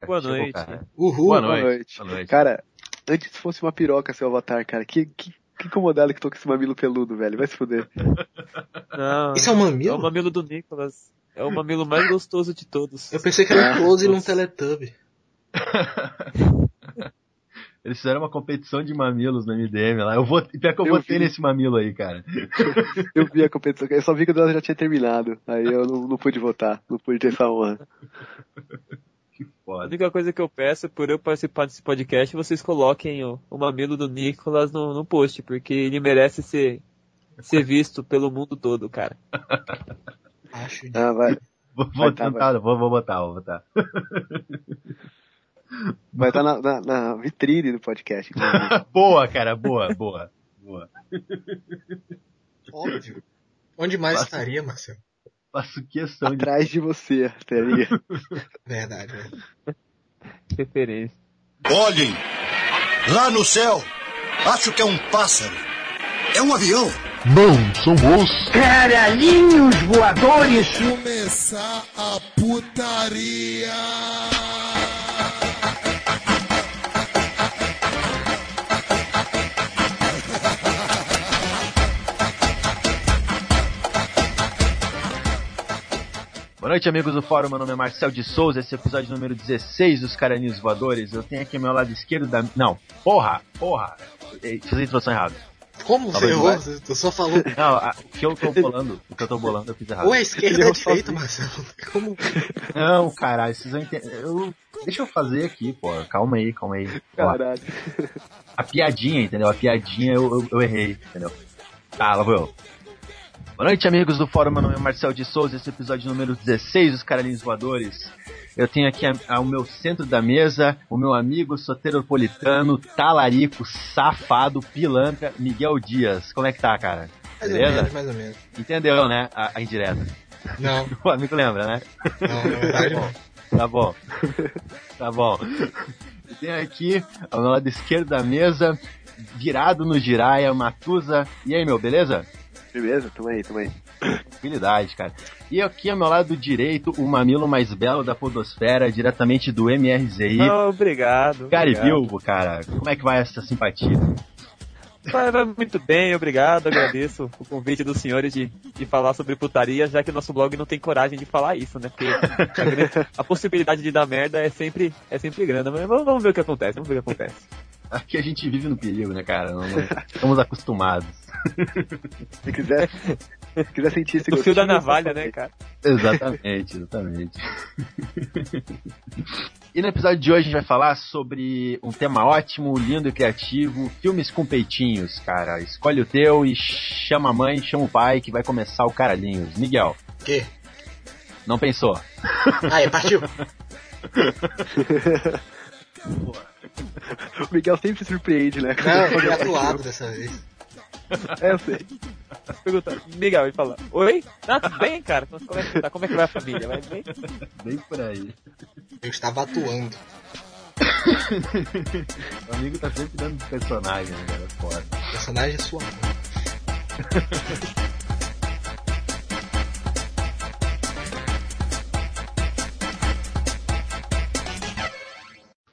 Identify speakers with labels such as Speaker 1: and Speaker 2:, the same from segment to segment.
Speaker 1: É
Speaker 2: Boa
Speaker 1: tipo,
Speaker 2: Chegou, noite. Cara.
Speaker 3: Uhul,
Speaker 2: boa, noite. boa noite.
Speaker 3: Boa noite. Cara, antes fosse uma piroca seu avatar, cara. Que, que, que incomodado que tô com esse mamilo peludo, velho. Vai se fuder.
Speaker 2: Não.
Speaker 1: Esse é um mamilo?
Speaker 2: É o mamilo do Nicolas. É o mamilo mais gostoso de todos.
Speaker 1: Eu pensei que era um close num Teletubby.
Speaker 4: Eles fizeram uma competição de mamilos no MDM lá. Eu vou, pior que eu, eu votei vi. nesse mamilo aí, cara.
Speaker 3: Eu vi a competição, eu só vi que o dela já tinha terminado. Aí eu não, não pude votar, não pude ter essa honra.
Speaker 2: Que foda. A única coisa que eu peço é por eu participar desse podcast, vocês coloquem o, o mamilo do Nicolas no, no post, porque ele merece ser, ser visto pelo mundo todo, cara.
Speaker 1: Acho.
Speaker 3: Ah, vai.
Speaker 4: Vou, vou tentar, tá, vou, vou botar, vou botar.
Speaker 3: Vai estar na, na, na, vitrine do podcast.
Speaker 4: boa, cara, boa, boa, boa.
Speaker 1: Óbvio. Onde mais Faço... estaria, Marcelo?
Speaker 4: Faço questão
Speaker 3: tá Atrás de... de você, tá estaria.
Speaker 1: Verdade, velho.
Speaker 2: Referência.
Speaker 5: Olhem! Lá no céu! Acho que é um pássaro! É um avião!
Speaker 6: Não, são os
Speaker 7: caralhinhos voadores!
Speaker 8: Começar a putaria!
Speaker 4: Boa noite, amigos do fórum. Meu nome é Marcel de Souza. Esse é o episódio número 16 dos Caraninhos Voadores. Eu tenho aqui ao meu lado esquerdo da. Não, porra, porra. Fiz a introdução errada.
Speaker 1: Como você errou? Tu só falou.
Speaker 4: Não, a, o que eu tô bolando, o que eu tô bolando, eu fiz errado.
Speaker 1: Ou é esquerda ou é direita, Marcelo? Como?
Speaker 4: Não, caralho, vocês vão entender. Eu... Deixa eu fazer aqui, pô. Calma aí, calma aí.
Speaker 3: Caralho.
Speaker 4: A piadinha, entendeu? A piadinha eu, eu, eu errei, entendeu? Tá, lá vou eu. Boa noite, amigos do fórum. Meu nome é Marcel de Souza. Esse é o episódio número 16 dos Caralhinhos Voadores. Eu tenho aqui ao meu centro da mesa o meu amigo soteropolitano, talarico, safado, pilantra, Miguel Dias. Como é que tá, cara?
Speaker 1: Mais Beleza? ou menos, mais ou menos.
Speaker 4: Entendeu, né? A, a indireta.
Speaker 1: Não.
Speaker 4: O amigo lembra, né?
Speaker 1: Não,
Speaker 4: tá bom. Tá bom. tá bom. Tem aqui ao meu lado esquerdo da mesa, virado no giraia, Matusa. E aí, meu, beleza?
Speaker 3: Beleza, tamo aí, tamo aí.
Speaker 4: Tranquilidade, cara. E aqui ao meu lado direito, o mamilo mais belo da podosfera, diretamente do MRZI.
Speaker 2: Oh, obrigado.
Speaker 4: Gary Bilbo, cara, como é que vai essa simpatia?
Speaker 2: Vai, vai muito bem, obrigado, agradeço o convite dos senhores de, de falar sobre putaria, já que nosso blog não tem coragem de falar isso, né? Porque a, grande, a possibilidade de dar merda é sempre, é sempre grande, mas vamos, vamos ver o que acontece, vamos ver o que acontece.
Speaker 4: Aqui a gente vive no perigo, né, cara? Não, não, estamos acostumados.
Speaker 3: Se quiser, se quiser sentir esse
Speaker 2: Do fio da navalha, né, cara?
Speaker 4: Exatamente, exatamente. e no episódio de hoje a gente vai falar sobre um tema ótimo, lindo e criativo, filmes com peitinhos, cara. Escolhe o teu e chama a mãe, chama o pai que vai começar o Caralhinhos. Miguel.
Speaker 1: Que?
Speaker 4: Não pensou?
Speaker 1: Aí, partiu.
Speaker 3: O Miguel sempre surpreende, né?
Speaker 1: Não, eu fui atuado dessa vez.
Speaker 3: É, eu sei.
Speaker 2: Pergunta, Tá Miguel, ele fala, oi? Ah, tudo bem, cara? Como é que tá? Como é que vai a família? Vai bem?
Speaker 4: Bem por aí.
Speaker 1: Eu estava atuando.
Speaker 4: o amigo tá sempre dando personagem, né, cara? Foda.
Speaker 1: Personagem é sua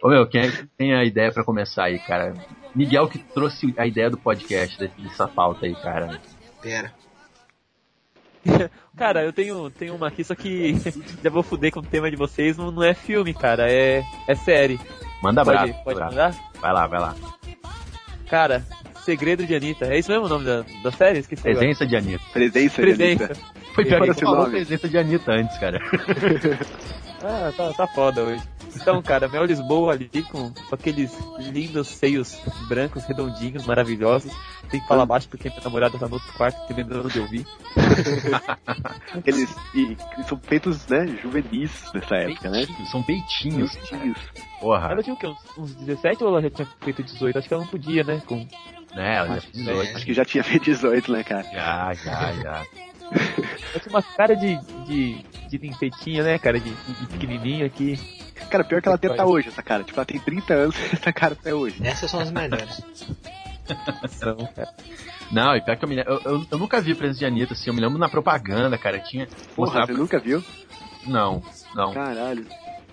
Speaker 4: Ô meu, quem é que tem a ideia para começar aí, cara? Miguel que trouxe a ideia do podcast, dessa pauta aí, cara.
Speaker 1: Pera.
Speaker 2: cara, eu tenho, tenho uma aqui, só que já vou fuder com o tema de vocês, não, não é filme, cara, é, é série.
Speaker 4: Manda
Speaker 2: pode,
Speaker 4: Tá bravo.
Speaker 2: Pode
Speaker 4: bravo.
Speaker 2: mandar?
Speaker 4: Vai lá, vai lá.
Speaker 2: Cara, Segredo de Anitta, é isso mesmo o nome da, da série? Esqueci
Speaker 4: Presença agora. de Anitta.
Speaker 3: Presença,
Speaker 2: Presença.
Speaker 3: de Anitta.
Speaker 4: Foi pior que você falou Presença de Anitta antes, cara.
Speaker 2: Ah, tá, tá foda hoje. Então, cara, Mel Lisboa ali com, com aqueles lindos seios brancos, redondinhos, maravilhosos. Tem que falar baixo porque minha namorada tá no outro quarto, te lembrando de ouvir.
Speaker 3: Eles e, são peitos, né, juvenis nessa época, né?
Speaker 4: São peitinhos.
Speaker 3: peitinhos.
Speaker 4: Porra.
Speaker 2: Ela tinha o quê? Uns, uns 17 ou ela já tinha feito 18? Acho que ela não podia, né? Com...
Speaker 4: Né, ela acho, já fez 18.
Speaker 3: Acho que já tinha feito 18, né, cara?
Speaker 4: Já, já, já.
Speaker 2: Eu tinha uma cara de, de, de limpeitinha, né, cara? De, de pequenininho aqui.
Speaker 3: Cara, pior que ela tem até tá hoje, essa cara. Tipo, ela tem 30 anos e essa cara até hoje.
Speaker 1: Essas são as melhores.
Speaker 2: São, cara.
Speaker 4: Não, e pior que eu, me lembro, eu, eu, eu, nunca vi presença de Anitta, assim, eu me lembro na propaganda, cara, tinha...
Speaker 3: Porra, você pra... nunca viu?
Speaker 4: Não, não.
Speaker 3: Caralho.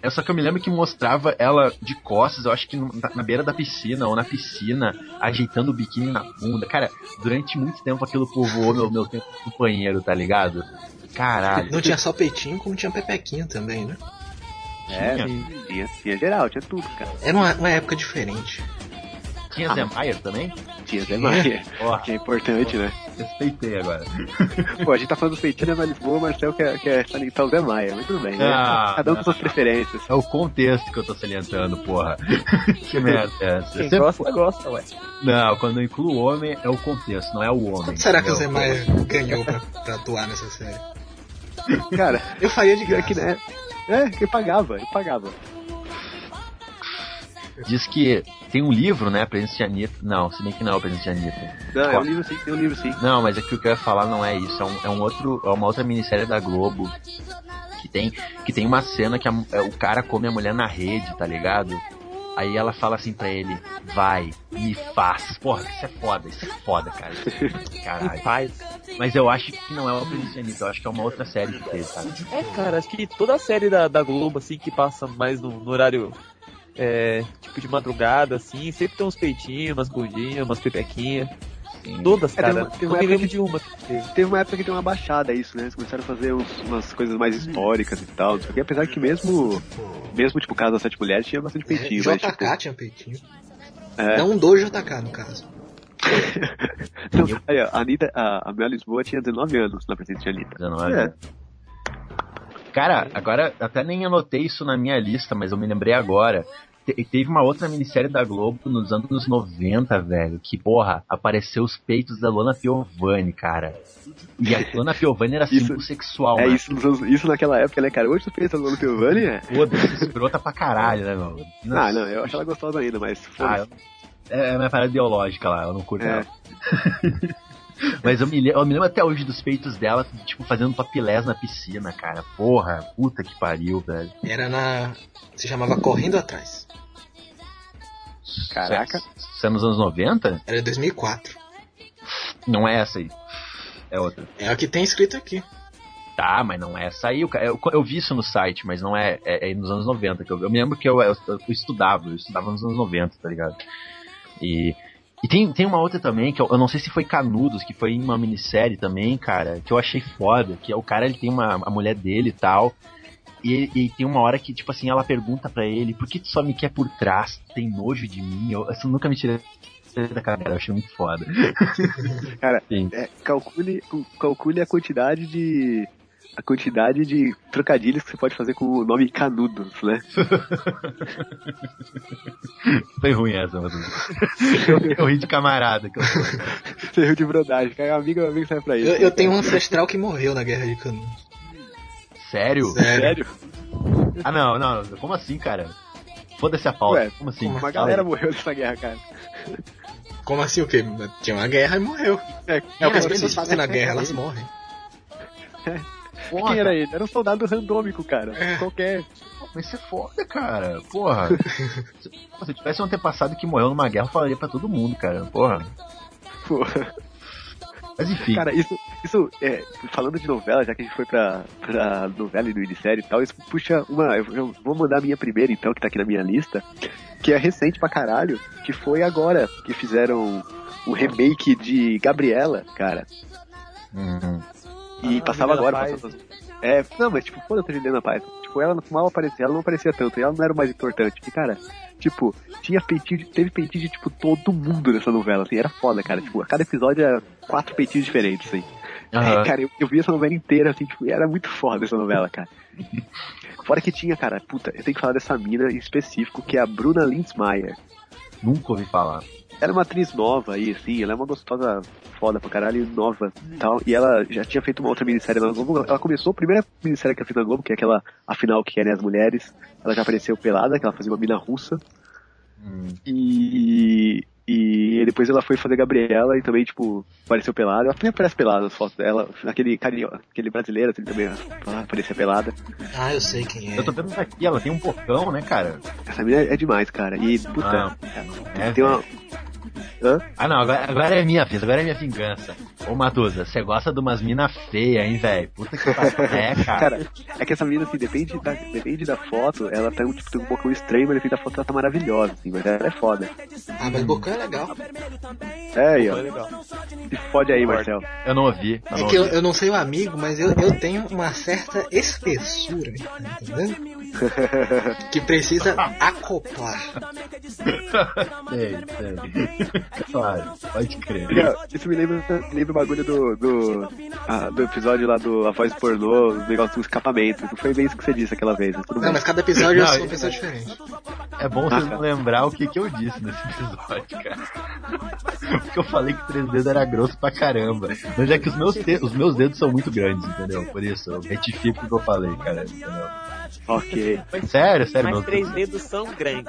Speaker 4: É só que eu me lembro que mostrava ela de costas, eu acho que no- na, na beira da piscina ou na piscina, ajeitando o biquíni na bunda. Cara, durante muito tempo aquilo povoou meu, meu tempo de banheiro, tá ligado? Caralho.
Speaker 1: Não tinha só peitinho, como tinha pepequinha também, né?
Speaker 3: É, tinha, tinha geral, tinha tudo, cara.
Speaker 1: Era uma, uma época diferente.
Speaker 4: Tinha Zé Maier também?
Speaker 3: Tinha Zé Maria,
Speaker 4: Ó,
Speaker 3: que é importante, né?
Speaker 4: respeitei agora.
Speaker 3: Pô, a gente tá falando do Peitinho, mas Lisboa, o Marcel quer, quer salientar o Zé Maia, mas tudo bem, né?
Speaker 4: Ah,
Speaker 3: Cada um com suas preferências.
Speaker 4: É o contexto que eu tô salientando, porra. que merda é essa?
Speaker 2: Quem
Speaker 4: Sempre-
Speaker 2: gosta, gosta, ué.
Speaker 4: Não, quando eu incluo o homem, é o contexto, não é o homem.
Speaker 1: Quanto será que o
Speaker 4: entendeu?
Speaker 1: Zé Maia ganhou pra, pra atuar nessa série?
Speaker 3: Cara,
Speaker 1: Eu faria de
Speaker 3: pior que
Speaker 1: graça.
Speaker 3: né? É, que pagava, eu pagava.
Speaker 4: Diz que tem um livro, né? Presença de Anitta. Não, se bem que não é o Presença de Anitta.
Speaker 3: Não, é
Speaker 4: Qual?
Speaker 3: um livro sim, tem um livro sim.
Speaker 4: Não, mas é que o que eu ia falar não é isso. É, um, é um outro, é uma outra minissérie da Globo que tem, que tem uma cena que a mu- é, o cara come a mulher na rede, tá ligado? Aí ela fala assim pra ele, vai, me faz. Porra, isso é foda, isso é foda, cara. Caralho.
Speaker 2: Faz.
Speaker 4: Mas eu acho que não é o Presença de Anitta, eu acho que é uma outra série que teve, sabe?
Speaker 2: É, cara, acho que toda a série da, da Globo, assim, que passa mais no, no horário, é, tipo, de madrugada, assim, sempre tem uns peitinhos, umas bundinhas, umas pepequinhas.
Speaker 4: Sim.
Speaker 2: Todas,
Speaker 3: É, tem
Speaker 2: cara.
Speaker 3: uma- tem
Speaker 2: não
Speaker 3: uma
Speaker 2: me
Speaker 3: época
Speaker 2: lembro de uma.
Speaker 3: Teve uma época que deu uma baixada isso, né? Eles começaram a fazer uns- umas coisas mais históricas e tal, não sei o quê. apesar que mesmo, mesmo tipo, o caso das sete mulheres tinha bastante
Speaker 1: É,
Speaker 3: peitinho, mas tipo,
Speaker 1: JK tinha peitinho.
Speaker 3: É.
Speaker 1: Não um do JK, no caso.
Speaker 3: não, aí, ó, a Anitta, a, a Mel Lisboa tinha 19 anos na presença de Anitta.
Speaker 4: 19.
Speaker 3: É.
Speaker 4: Cara, agora até nem anotei isso na minha lista, mas eu me lembrei agora. Te- teve uma outra minissérie da Globo nos anos 90, velho, que, porra, apareceu os peitos da Lona Piovani, cara. E a Lona Piovani era
Speaker 3: Isso-
Speaker 4: símbolo sexual,
Speaker 3: É
Speaker 4: né?
Speaker 3: isso, nos anos- isso naquela época, né, cara? Hoje tu pensa no Giovanni, é?
Speaker 4: Foda-se, escrota pra caralho, né, meu?
Speaker 3: Ah, não, eu acho ela gostosa ainda, mas.
Speaker 4: Ah,
Speaker 3: foda-se.
Speaker 4: eu- é é minha parada ideológica lá, eu não curto
Speaker 3: É.
Speaker 4: ela. Mas eu me, le- eu me lembro até hoje dos peitos dela, tipo, fazendo papilés na piscina, cara. Porra, puta que pariu, velho.
Speaker 1: Era na. Se chamava Correndo Atrás.
Speaker 3: Caraca.
Speaker 4: Isso é nos anos 90?
Speaker 1: Era 2004.
Speaker 4: Não é essa aí. É outra.
Speaker 1: É o que tem escrito aqui.
Speaker 4: Tá, mas não é essa aí. Eu, eu, eu vi isso no site, mas não é. É, é nos anos 90. Que eu, eu me lembro que eu, eu, eu estudava, eu estudava nos anos 90, tá ligado? E. E tem, tem uma outra também, que eu, eu não sei se foi Canudos, que foi em uma minissérie também, cara, que eu achei foda, que é o cara, ele tem uma a mulher dele e tal, e, e tem uma hora que, tipo assim, ela pergunta pra ele, por que tu só me quer por trás? Tu Tem nojo de mim? Eu, isso eu nunca me tirei da cara, eu achei muito foda.
Speaker 3: É, calcule, calcule a quantidade de. A quantidade de trocadilhos que você pode fazer com o nome Canudos, né?
Speaker 4: Foi ruim essa, mas tudo bem. eu, eu ri de camarada. que eu-
Speaker 3: Você riu de brodagem, cara. um Amigo, amigo serve pra isso.
Speaker 1: Eu, eu tenho um ancestral que morreu na Guerra de Canudos.
Speaker 4: Sério?
Speaker 1: Sério.
Speaker 3: Sério?
Speaker 4: Ah, não, não, não. Como assim, cara? Foda-se a pauta.
Speaker 3: Ué,
Speaker 4: como assim?
Speaker 3: Uma
Speaker 4: Fala
Speaker 3: galera
Speaker 4: aí.
Speaker 3: morreu nessa guerra, cara.
Speaker 1: Como assim o quê? Tinha uma guerra e morreu.
Speaker 3: É,
Speaker 1: É o que as
Speaker 3: quem
Speaker 1: pessoas fazem na guerra, elas morrem.
Speaker 4: Porra,
Speaker 3: Quem era ele? Era um soldado randômico, cara.
Speaker 1: É.
Speaker 3: Qualquer.
Speaker 4: Mas isso é foda, cara. Porra. se, pô, se eu tivesse um antepassado que morreu numa guerra, eu falaria pra todo mundo, cara. Porra.
Speaker 3: Pô.
Speaker 4: Mas enfim.
Speaker 3: Cara, isso. isso é, falando de novela, já que a gente foi pra, pra novela e do minissérie e tal, isso puxa uma. Eu eu vou mandar a minha primeira, então, que tá aqui na minha lista, que é recente pra caralho, que foi agora que fizeram o remake de Gabriela, cara.
Speaker 4: Hum,
Speaker 3: E
Speaker 2: Ah,
Speaker 3: passava
Speaker 2: Juliana
Speaker 3: agora,
Speaker 2: Paz.
Speaker 3: passava. É, não, mas tipo, foda-se a Juliana Paz. Tipo, ela mal aparecia, ela não aparecia tanto, e ela não era o mais importante. E, cara, tipo, tinha peitinho, de- teve peitinho de, tipo, todo mundo nessa novela, assim, era foda, cara. Tipo, a cada episódio era quatro peitinhos diferentes, assim.
Speaker 4: aham.
Speaker 3: É, cara, eu, eu vi essa novela inteira, assim, tipo, e era muito foda essa novela, cara. Fora que tinha, cara, puta, eu tenho que falar dessa mina em específico, que é a Bruna Lindsmeyer.
Speaker 4: Nunca ouvi falar.
Speaker 3: Ela é uma atriz nova aí, assim, ela é uma gostosa foda pra caralho, nova e tal. E ela já tinha feito uma outra minissérie na Globo. Ela começou a primeira minissérie que ela fez na Globo, que é aquela Afinal que querem as mulheres. Ela já apareceu pelada, que ela fazia uma mina russa.
Speaker 4: Hum,
Speaker 3: E. E depois ela foi fazer Gabriela e também, tipo, apareceu pelada. Ela também aparece pelada nas fotos dela. Aquele, carinho- aquele brasileiro assim, também ah, aparecia pelada.
Speaker 1: Ah, eu sei quem é.
Speaker 4: Eu tô vendo daqui, ela tem um bocão, né, cara?
Speaker 3: Essa mina é demais, cara. E, puta,
Speaker 4: Ah, é,
Speaker 3: tem uma. Hã?
Speaker 4: Ah não, agora, agora é minha vez, agora é minha vingança. Ô Matuza, você gosta de umas mina feia, hein, velho? Puta que pariu. É, cara.
Speaker 3: Cara, é que essa menina, assim, depende da, depende da foto, ela tá um, tipo, tem um bocão estranho, mas depende da foto, ela tá maravilhosa, assim, mas ela é foda.
Speaker 1: Ah, mas bocão é legal.
Speaker 3: É aí, ó.
Speaker 2: Foi legal.
Speaker 3: Se fode aí, Marcel.
Speaker 4: Eu não ouvi. Eu
Speaker 1: É
Speaker 4: não
Speaker 1: que eu,
Speaker 4: ouvi.
Speaker 1: eu não sei o amigo, mas eu, eu tenho uma certa espessura, entendeu? Que precisa acoplar.
Speaker 4: Sei, sei. Claro, pode crer.
Speaker 3: Cara, Isso me lembra, me lembra o bagulho do, do, ah, do episódio lá do A Voz Pornô, o negócio do escapamento. Não foi bem isso que você disse aquela vez, mas tudo
Speaker 1: Não,
Speaker 3: bem.
Speaker 1: mas cada episódio eu
Speaker 4: Não,
Speaker 1: sou uma
Speaker 4: isso-
Speaker 1: pessoa diferente.
Speaker 4: É bom vocês não lembrar o que, que eu disse nesse episódio, cara. Porque eu falei que três dedos era grosso pra caramba. Mas é que os meus, te- os meus dedos são muito grandes, entendeu? Por isso, eu retifico o que eu falei, cara. Entendeu?
Speaker 3: Ok.
Speaker 4: Sério, sério,
Speaker 2: Mas
Speaker 4: meus
Speaker 2: três dedos são grandes.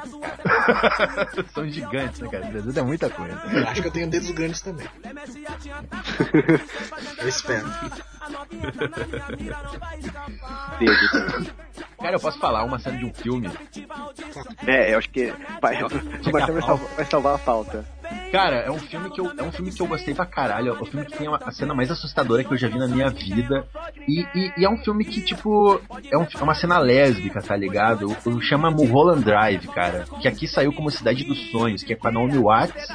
Speaker 4: dedos são gigantes, né, cara? Três dedos é muita coisa.
Speaker 1: Eu acho que eu tenho dedos grandes também. Eu espero.
Speaker 4: Cara, eu posso falar uma cena de um filme?
Speaker 3: É, eu acho que vai, o Marcel vai
Speaker 4: pau.
Speaker 3: salvar, vai salvar a pauta.
Speaker 4: Cara, é um filme que eu, é um filme que eu gostei pra caralho. É um filme que tem uma- a cena mais assustadora que eu já vi na minha vida. E, e- e é um filme que, tipo, é, um- é uma cena lésbica, tá ligado? O, o chama Mulholland Drive, cara. Que aqui saiu como Cidade dos Sonhos, que é com a Naomi Watts,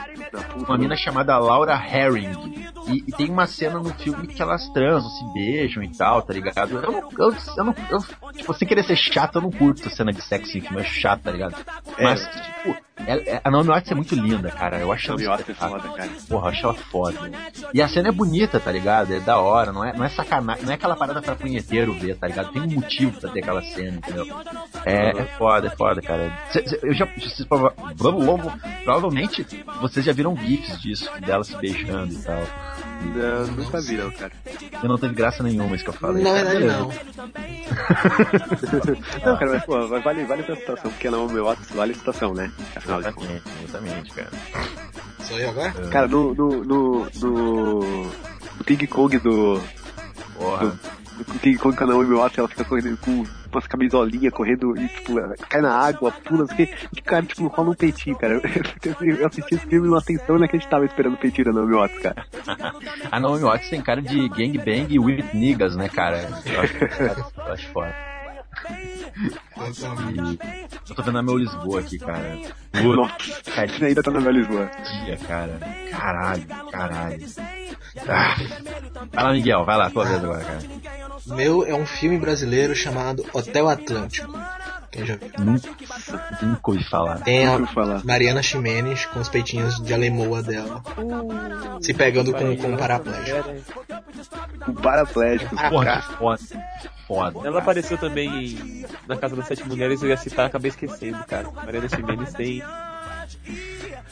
Speaker 4: com uma mina chamada Laura Herring. E, e tem uma cena no filme que elas transam, se beijam e tal, tá ligado? Eu não. Eu, eu não eu, tipo, sem querer ser chato, eu não curto cena de sexo em filme, é chato, tá ligado? Mas, tipo, ela- é- a Naomi Watts é muito linda, cara. Eu acho ela
Speaker 3: Naomi Watts é
Speaker 4: espetáculo.
Speaker 3: foda, cara.
Speaker 4: Porra, eu acho ela foda. E a cena é bonita, tá ligado? É da hora, não é, não é sacanagem, não é aquela parada pra punheteiro ver, tá ligado? Tem um motivo pra ter aquela cena, entendeu? É, é foda, é foda, cara. Cê- cê- eu já. Vocês prova- vamos, vamos- provavelmente vocês já viram GIFs disso, dela se beijando e tal.
Speaker 3: Não, nunca viram, cara.
Speaker 4: Eu não teve graça nenhuma isso que eu falei. É,
Speaker 1: Na
Speaker 4: cara.
Speaker 1: verdade,
Speaker 4: Beleza.
Speaker 1: não.
Speaker 3: Não, cara, mas pô, mas vale, vale pra situação, porque não, meu ato vale a situação, né? Afinal de contas.
Speaker 4: Exatamente, exatamente, cara.
Speaker 1: Sou eu agora?
Speaker 3: Cara, no. no. no. no, no King Kong do.
Speaker 4: Porra.
Speaker 3: do King Kong com a Naomi Watts, ela fica correndo com umas camisolinhas, correndo e, tipo, ela cai na água, pula, não sei o que. E, cara, tipo, rola um peitinho, cara. Eu assisti esse filme numa atenção inacreditável esperando o peitinho da Naomi Watts, cara.
Speaker 4: A Naomi Ah, Watts tem cara de gangbang e with niggas, né, cara? Eu acho, eu acho foda.
Speaker 1: Eu sou-
Speaker 4: Eu tô vendo a meu Lisboa aqui, cara.
Speaker 3: Nossa,
Speaker 4: Cara, que
Speaker 3: ainda tá na minha Lisboa.
Speaker 4: dia, cara. Caralho, caralho. Ah. Vai lá, Miguel, vai lá, tua vez agora, cara.
Speaker 1: Meu é um filme brasileiro chamado Hotel Atlântico. Quem já viu?
Speaker 4: Nunca, nunca ouvi falar.
Speaker 1: Tem a
Speaker 3: Nunca ouvi falar.
Speaker 1: Mariana Ximenes com os peitinhos de alemoa dela. Se pegando com, com um paraplégico.
Speaker 2: É, né?
Speaker 3: Um paraplégico.
Speaker 4: Porra, que foda. que Foda.
Speaker 2: Ela apareceu também em- na Casa das Sete Mulheres, eu ia citar, acabei esquecendo, cara. Mariana Ximenes tem.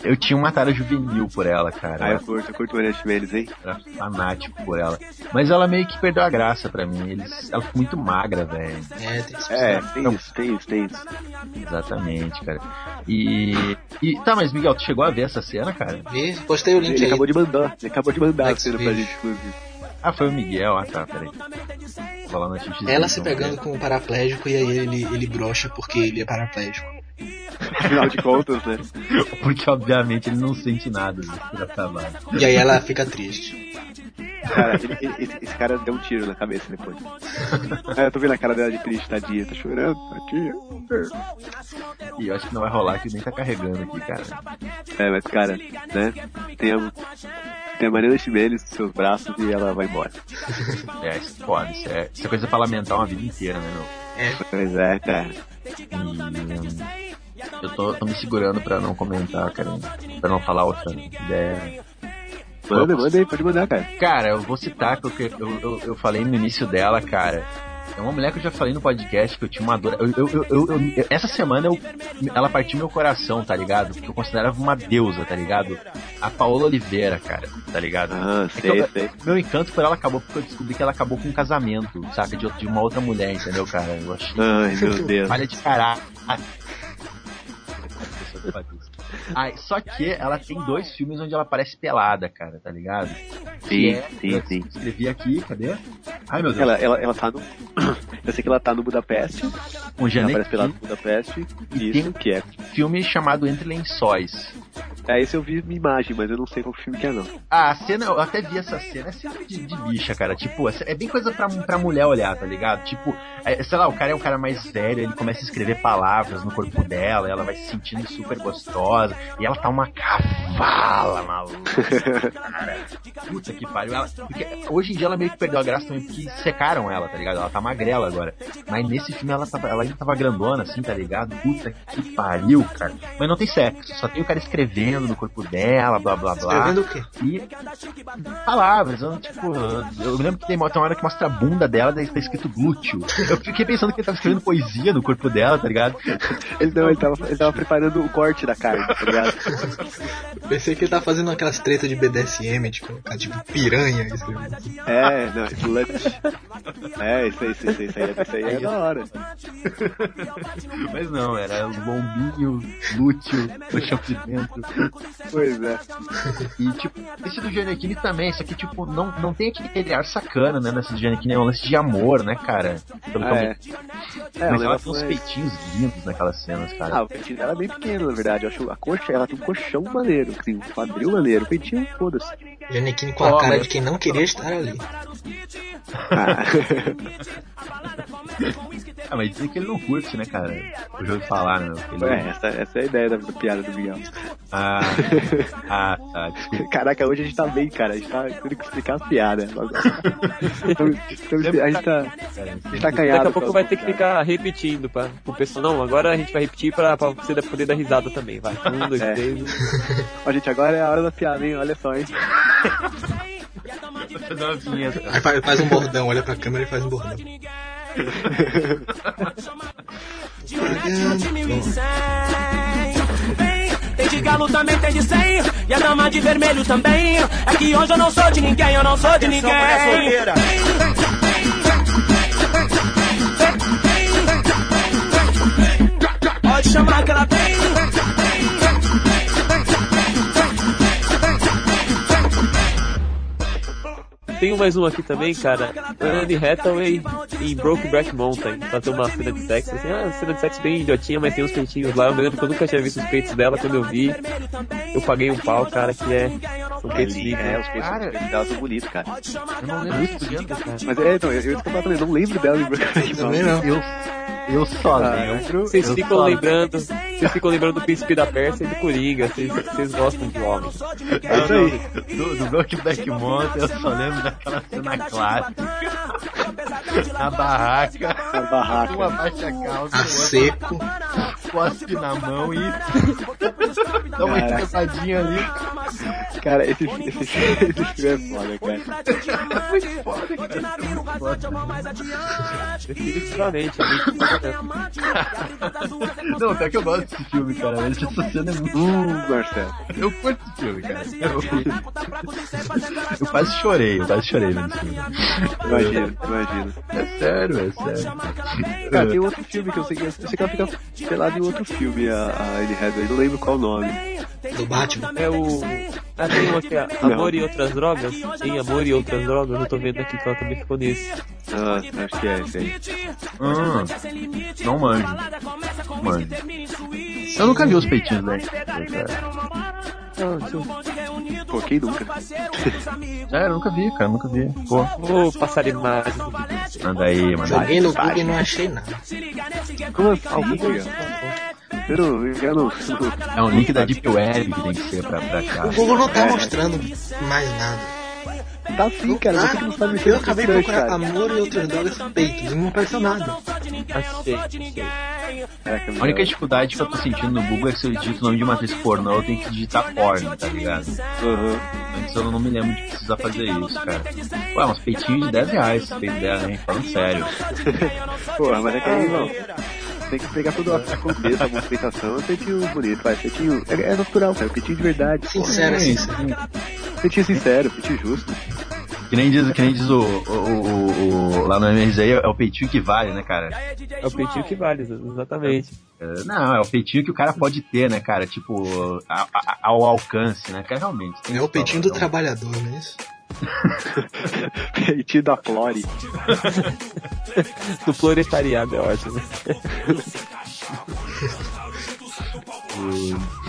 Speaker 4: Eu tinha uma tara juvenil por ela, cara.
Speaker 3: Ah, eu curto, eu curto o Oriente Mendes, hein?
Speaker 4: Eu era fanático por ela. Mas ela meio que perdeu a graça pra mim. Eles, ela ficou muito magra, velho.
Speaker 1: É, tem isso.
Speaker 3: É, tem isso, tem isso, tem isso.
Speaker 4: Exatamente, cara. E, e. Tá, mas Miguel, tu chegou a ver essa cena, cara?
Speaker 1: Vi, postei o link
Speaker 3: Ele
Speaker 1: aí.
Speaker 3: acabou de mandar, ele acabou de mandar
Speaker 1: Next
Speaker 3: a cena pra
Speaker 1: page.
Speaker 3: gente, inclusive.
Speaker 4: Ah, foi o Miguel. Ah, tá, peraí. Vou lá no XXI,
Speaker 1: Ela se
Speaker 4: então,
Speaker 1: pegando
Speaker 4: cara.
Speaker 1: com um paraplégico e aí ele, ele brocha porque ele é paraplégico.
Speaker 3: Afinal de contas, né?
Speaker 4: Porque, obviamente, ele não sente nada. né? Filha da trabalho.
Speaker 1: E aí ela fica triste.
Speaker 3: Cara, ele- ele- esse, esse cara deu um tiro na cabeça depois. Ah, eu tô vendo a cara dela de triste, tadinha. Tá chorando, tadinha.
Speaker 4: E eu acho que não vai rolar, que nem tá carregando aqui, cara.
Speaker 3: É, mas cara, né? Tem a, tem a Mariana Chimenez nos seus braços e ela vai embora.
Speaker 4: É, isso é foda. Isso é, isso é coisa pra lamentar uma vida inteira, né, meu?
Speaker 3: Pois é, cara.
Speaker 4: E, hum, eu tô, tô me segurando pra não comentar, cara. Pra não falar outra ideia.
Speaker 3: Manda, manda aí, pode mandar, cara.
Speaker 4: Cara, eu vou citar que eu, eu, eu, eu falei no início dela, cara. É uma mulher que eu já falei no podcast que eu tinha uma dor. Eu, eu, eu, eu- eu- essa semana eu, ela partiu meu coração, tá ligado? Porque eu considerava uma deusa, tá ligado? A Paola Oliveira, cara, tá ligado?
Speaker 3: Ah,
Speaker 4: É que eu-
Speaker 3: sei, sei.
Speaker 4: Meu encanto por ela acabou porque eu descobri que ela acabou com um casamento, saca? De, de uma outra mulher, entendeu, cara? Eu achei
Speaker 3: Ai, meu Deus.
Speaker 4: Falha de caralho. Ai, só que ela tem dois filmes onde ela aparece pelada, cara, tá ligado? Que
Speaker 3: Sim,
Speaker 4: é-
Speaker 3: sim, sim.
Speaker 4: Escrevi aqui, cadê? Ai, meu Deus.
Speaker 3: Ela, ela, ela tá no. Eu sei que ela tá no Budapeste.
Speaker 4: um
Speaker 3: Ela
Speaker 4: Janet
Speaker 3: aparece pela Budapeste.
Speaker 4: E
Speaker 3: Isso, que é.
Speaker 4: filme chamado Entre Lençóis.
Speaker 3: É, esse eu vi uma imagem, mas eu não sei qual filme que é, não.
Speaker 4: Ah, a cena, eu até vi essa cena, é cena de, de bicha, cara. Tipo, é, é bem coisa pra, pra mulher olhar, tá ligado? Tipo, é, sei lá, o cara é um cara mais velho, ele começa a escrever palavras no corpo dela, ela vai se sentindo super gostosa, e ela tá uma cavala, maluca, cara. Puta que pariu. Ela, porque hoje em dia ela meio que perdeu a graça também, porque secaram ela, tá ligado? Ela tá magrela agora. Mas nesse filme ela, tava, ela ainda tava grandona, assim, tá ligado? Puta que pariu, cara. Mas não tem sexo, só tem o cara escrevendo no corpo dela, blá blá blá.
Speaker 1: Escrevendo o quê?
Speaker 4: E palavras, eu, tipo, eu me lembro que tem uma tem uma hora que mostra a bunda dela, daí tá escrito glúteo. Eu fiquei pensando que ele tava escrevendo poesia no corpo dela, tá ligado?
Speaker 3: Ele, não, ele, tava, ele tava preparando o corte da carne, tá ligado?
Speaker 1: Pensei que ele tá fazendo aquelas tretas de BDSM, de colocar tipo piranha escrevendo.
Speaker 3: É, não, slut. É, isso aí, isso aí, isso aí, isso aí é da hora.
Speaker 4: Mas não, era um lombinho, glúteo, colchão de dentro.
Speaker 3: Pois é.
Speaker 4: E tipo, esse do Giannichini também, só que tipo, não, não tem aquele ar sacana, né, nesse do Giannichini, é um lance de amor, né, cara? Pelo
Speaker 3: Ah,
Speaker 4: que eu
Speaker 3: é. É,
Speaker 4: Mas
Speaker 3: o
Speaker 4: ela tem
Speaker 3: negócio
Speaker 4: uns
Speaker 3: é-
Speaker 4: peitinhos lindos naquelas cenas, cara.
Speaker 3: Ah, o peitinho dela é bem pequeno, na verdade. Eu acho a coxa, ela tem um colchão maneiro, tem um quadril maneiro, o peitinho, foda-se.
Speaker 1: Janequine com
Speaker 4: Ó,
Speaker 1: a cara
Speaker 4: mas-
Speaker 1: de quem não queria estar ali.
Speaker 3: Ah,
Speaker 4: Ah, mas dizem que ele não curte, né, cara? O jogo falar, né? Ele...
Speaker 3: é, essa, essa é a ideia da, da piada do Miguel.
Speaker 4: Ah, ah, tá, desculpa.
Speaker 3: Caraca, hoje a gente tá bem, cara. A gente tá tendo que explicar as piadas. Então, então, a gente tá,
Speaker 4: Cara,
Speaker 3: a gente tá acanhado.
Speaker 2: Daqui a pouco vai ter que ficar repetindo pra, pro pessoal. Não, agora a gente vai repetir pra, pra você poder dar risada também. Vai. Um, dois,
Speaker 3: É.
Speaker 2: três.
Speaker 3: Ó, gente, agora é a hora da piada, hein? Olha só, hein?
Speaker 4: Deixa eu dar uma vinheta.
Speaker 1: Aí fa- faz um bordão, olha pra câmera e faz um bordão.
Speaker 9: Tem de galo também, tem de cem E a dama de vermelho também É que hoje eu não sou de ninguém, eu não sou de ninguém Pode chamar que ela tem
Speaker 2: Tem mais um aqui também, cara. Anne Hathaway em Brokeback Mountain. Pra ter uma cena de sexo. Assim, ah, cena de sexo bem idiotinha, mas tem uns peitinhos lá. Eu me lembro que eu nunca tinha visto os peitos dela. Quando eu vi, eu paguei um pau, cara, que é... São peitos
Speaker 3: Ele,
Speaker 2: lindos.
Speaker 3: é,
Speaker 2: né?
Speaker 3: os peitos dela são bonitos, cara.
Speaker 4: Eu
Speaker 3: É
Speaker 4: não lembro disso, Diana, cara.
Speaker 3: Mas é, então, eu, eu, eu também não lembro dela em Brokeback
Speaker 1: Também
Speaker 3: Mountain.
Speaker 1: não.
Speaker 4: Eu, eu só
Speaker 3: Ah,
Speaker 4: lembro.
Speaker 2: Vocês
Speaker 4: eu
Speaker 2: ficam
Speaker 4: só-
Speaker 2: lembrando... Vocês ficam lembrando do Príncipe da Pérsia e do Coringa. Vocês- Vocês gostam de homem.
Speaker 4: É isso
Speaker 3: aí.
Speaker 4: aí. Do, do Brokeback Mountain, eu só lembro daquela cena clássica. Na barraca.
Speaker 3: Na barraca.
Speaker 4: Um abaixa a calça,
Speaker 1: A
Speaker 4: o
Speaker 1: seco.
Speaker 4: outro cospe na mão e... Dá uma
Speaker 3: Caraca.
Speaker 4: estrempadinha ali.
Speaker 3: Cara, esse, esse, esse filme é foda, cara.
Speaker 2: Definitivamente. é muito importante.
Speaker 4: Não, pior que eu gosto desse filme, cara. Mas essa cena é muito...
Speaker 3: Hum, Marcelo.
Speaker 4: Eu curto esse filme, cara. Eu, eu quase chorei, eu quase chorei nesse filme.
Speaker 3: Imagina, imagina.
Speaker 4: É sério, é sério.
Speaker 3: Cara, tem outro filme que eu sei que, eu sei que ela fica pelada em outro filme, a, a Anne Hathaway, não lembro qual o nome.
Speaker 1: Do Batman.
Speaker 2: É o. Ah, tem uma aqui, ó. Amor e outras drogas? Tem amor e outras drogas? Eu tô vendo aqui que ela também ficou nisso.
Speaker 3: Ah, acho que é esse aí.
Speaker 4: Hum,
Speaker 9: é
Speaker 4: não manjo. Não manjo. Eu nunca vi os peitinhos, né?
Speaker 3: Pô, quem nunca?
Speaker 4: É, eu nunca vi, cara, nunca vi. Pô,
Speaker 2: Vou passar imagens.
Speaker 4: manda aí, manda aí.
Speaker 1: Joguei no Google e não achei nada.
Speaker 3: Como assim, Miguel? Eu não, eu não, não.
Speaker 4: É um link da Deep Web que tem que ser pra, pra cá.
Speaker 1: O Google não tá mostrando mais nada.
Speaker 3: Tá sim, cara, você que não sabe mexer
Speaker 1: eu
Speaker 3: no
Speaker 1: acabei de
Speaker 3: Google,
Speaker 1: procurar
Speaker 3: cara.
Speaker 1: amor e outras drogas peitos um e não apareceu nada.
Speaker 2: Achei, achei.
Speaker 9: né,
Speaker 3: Caraca,
Speaker 4: A única
Speaker 3: Miguel.
Speaker 4: dificuldade que eu tô sentindo no Google é que se eu digito o nome de uma atriz pornô, eu tenho que digitar porn, tá ligado?
Speaker 3: Aham.
Speaker 4: Antes eu não me lembro de precisar fazer isso, cara. Ué, uns peitinhos de 10 reais, se tem 10, hein? Falando sério.
Speaker 3: Porra, mas é que aí, irmão. Tem que pegar toda a contexto, a movimentação, é peitinho bonito, vai, peitinho... É, é natural, cara, peitinho de verdade.
Speaker 1: Sincero, é sincero.
Speaker 3: Peitinho sincero, peitinho justo.
Speaker 4: Que nem diz, que nem diz o, o, o- o- Lá no MRZ é o peitinho que vale, né, cara?
Speaker 2: É o peitinho que vale, exatamente.
Speaker 4: É, Não, é o peitinho que o cara pode ter, né, cara? Tipo, a- a- ao alcance, né? Cara, realmente. tem
Speaker 1: É
Speaker 4: que
Speaker 1: o peitinho do
Speaker 4: falar, um não.
Speaker 1: trabalhador, não é isso?
Speaker 3: Peitinho da Flore.
Speaker 2: Do floretariado é ótimo.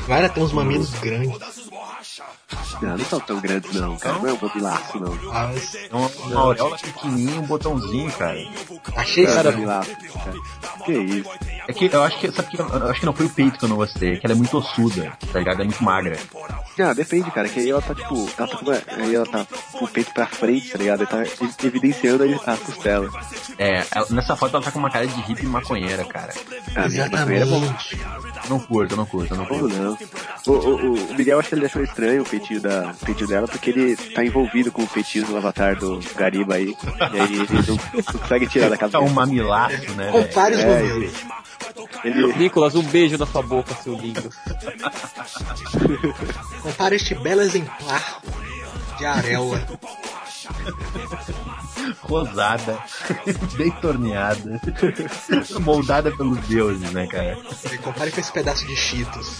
Speaker 1: Cara, tem uns mamilos grandes.
Speaker 3: Não, não são tão grandes não, cara. Não é um bobilaço, não.
Speaker 1: Ah, mas-
Speaker 4: Uma, é uma auréola pequenininha, um botãozinho, cara.
Speaker 1: achei
Speaker 3: Não é um
Speaker 1: cara,
Speaker 3: bobilaço, cara. Que isso?
Speaker 4: É que eu acho que, sabe que eu acho que não foi o peito que eu não gostei, é que ela é muito ossuda, tá ligado? Ela é muito magra.
Speaker 3: Ah, depende, cara, que aí ela tá tipo. Ela tá, com uma- aí ela tá com o peito pra frente, tá ligado? Ela tá ev- evidenciando a a costela.
Speaker 4: É, ela- nessa foto ela tá com uma cara de hippie maconheira, cara.
Speaker 3: Ah, minha maconheira é bom.
Speaker 1: exatamente.
Speaker 4: Não curto, não curto, não
Speaker 3: Ou
Speaker 4: curto.
Speaker 3: não. O, o, o Miguel acho que ele achou estranho o peitinho, da, o peitinho dela, porque ele tá envolvido com o peitinho do avatar do Gariba aí. E aí ele não, não consegue tirar da
Speaker 4: Tá
Speaker 3: cabeça.
Speaker 4: um mamilaço, né,
Speaker 1: Com
Speaker 4: velho?
Speaker 1: vários
Speaker 3: É,
Speaker 1: mamilos.
Speaker 3: Ele,
Speaker 2: Nicolas, um beijo na sua boca, seu lindo.
Speaker 3: é.
Speaker 1: Compara este belo exemplar de areola.
Speaker 4: Rosada, bem torneada, moldada pelos deuses, né, cara?
Speaker 1: E compare com esse pedaço de Cheetos.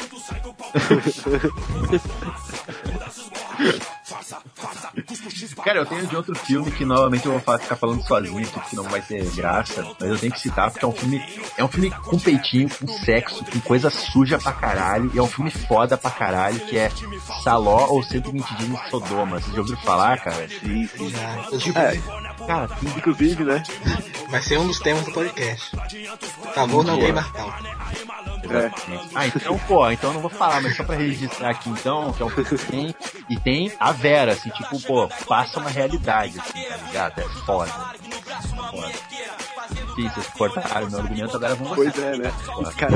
Speaker 4: Cara, eu tenho de outro filme que novamente eu vou fa- ficar falando sozinho aqui, que não vai ter graça, mas eu tenho que citar porque é um filme, é um filme com peitinho, com sexo, com coisa suja pra caralho, e é um filme foda pra caralho, que é Saló ou 120 dias em Sodoma. Vocês já ouviram falar, cara?
Speaker 1: Já. Eu digo,
Speaker 3: é,
Speaker 4: Cara, que
Speaker 3: inclusive, né?
Speaker 1: Vai ser um dos temas do podcast. Favor não gay marcal.
Speaker 3: É,
Speaker 4: Exatamente. Ah, então, pô, então eu não vou falar, mas só pra registrar aqui, então, que é um filme que tem, e tem a Vera, assim, tipo, pô, passa uma realidade, assim, tá ligado? É foda. foda. Sim, vocês cortaram meu argumento, agora vamos
Speaker 3: Pois é, né? Cara,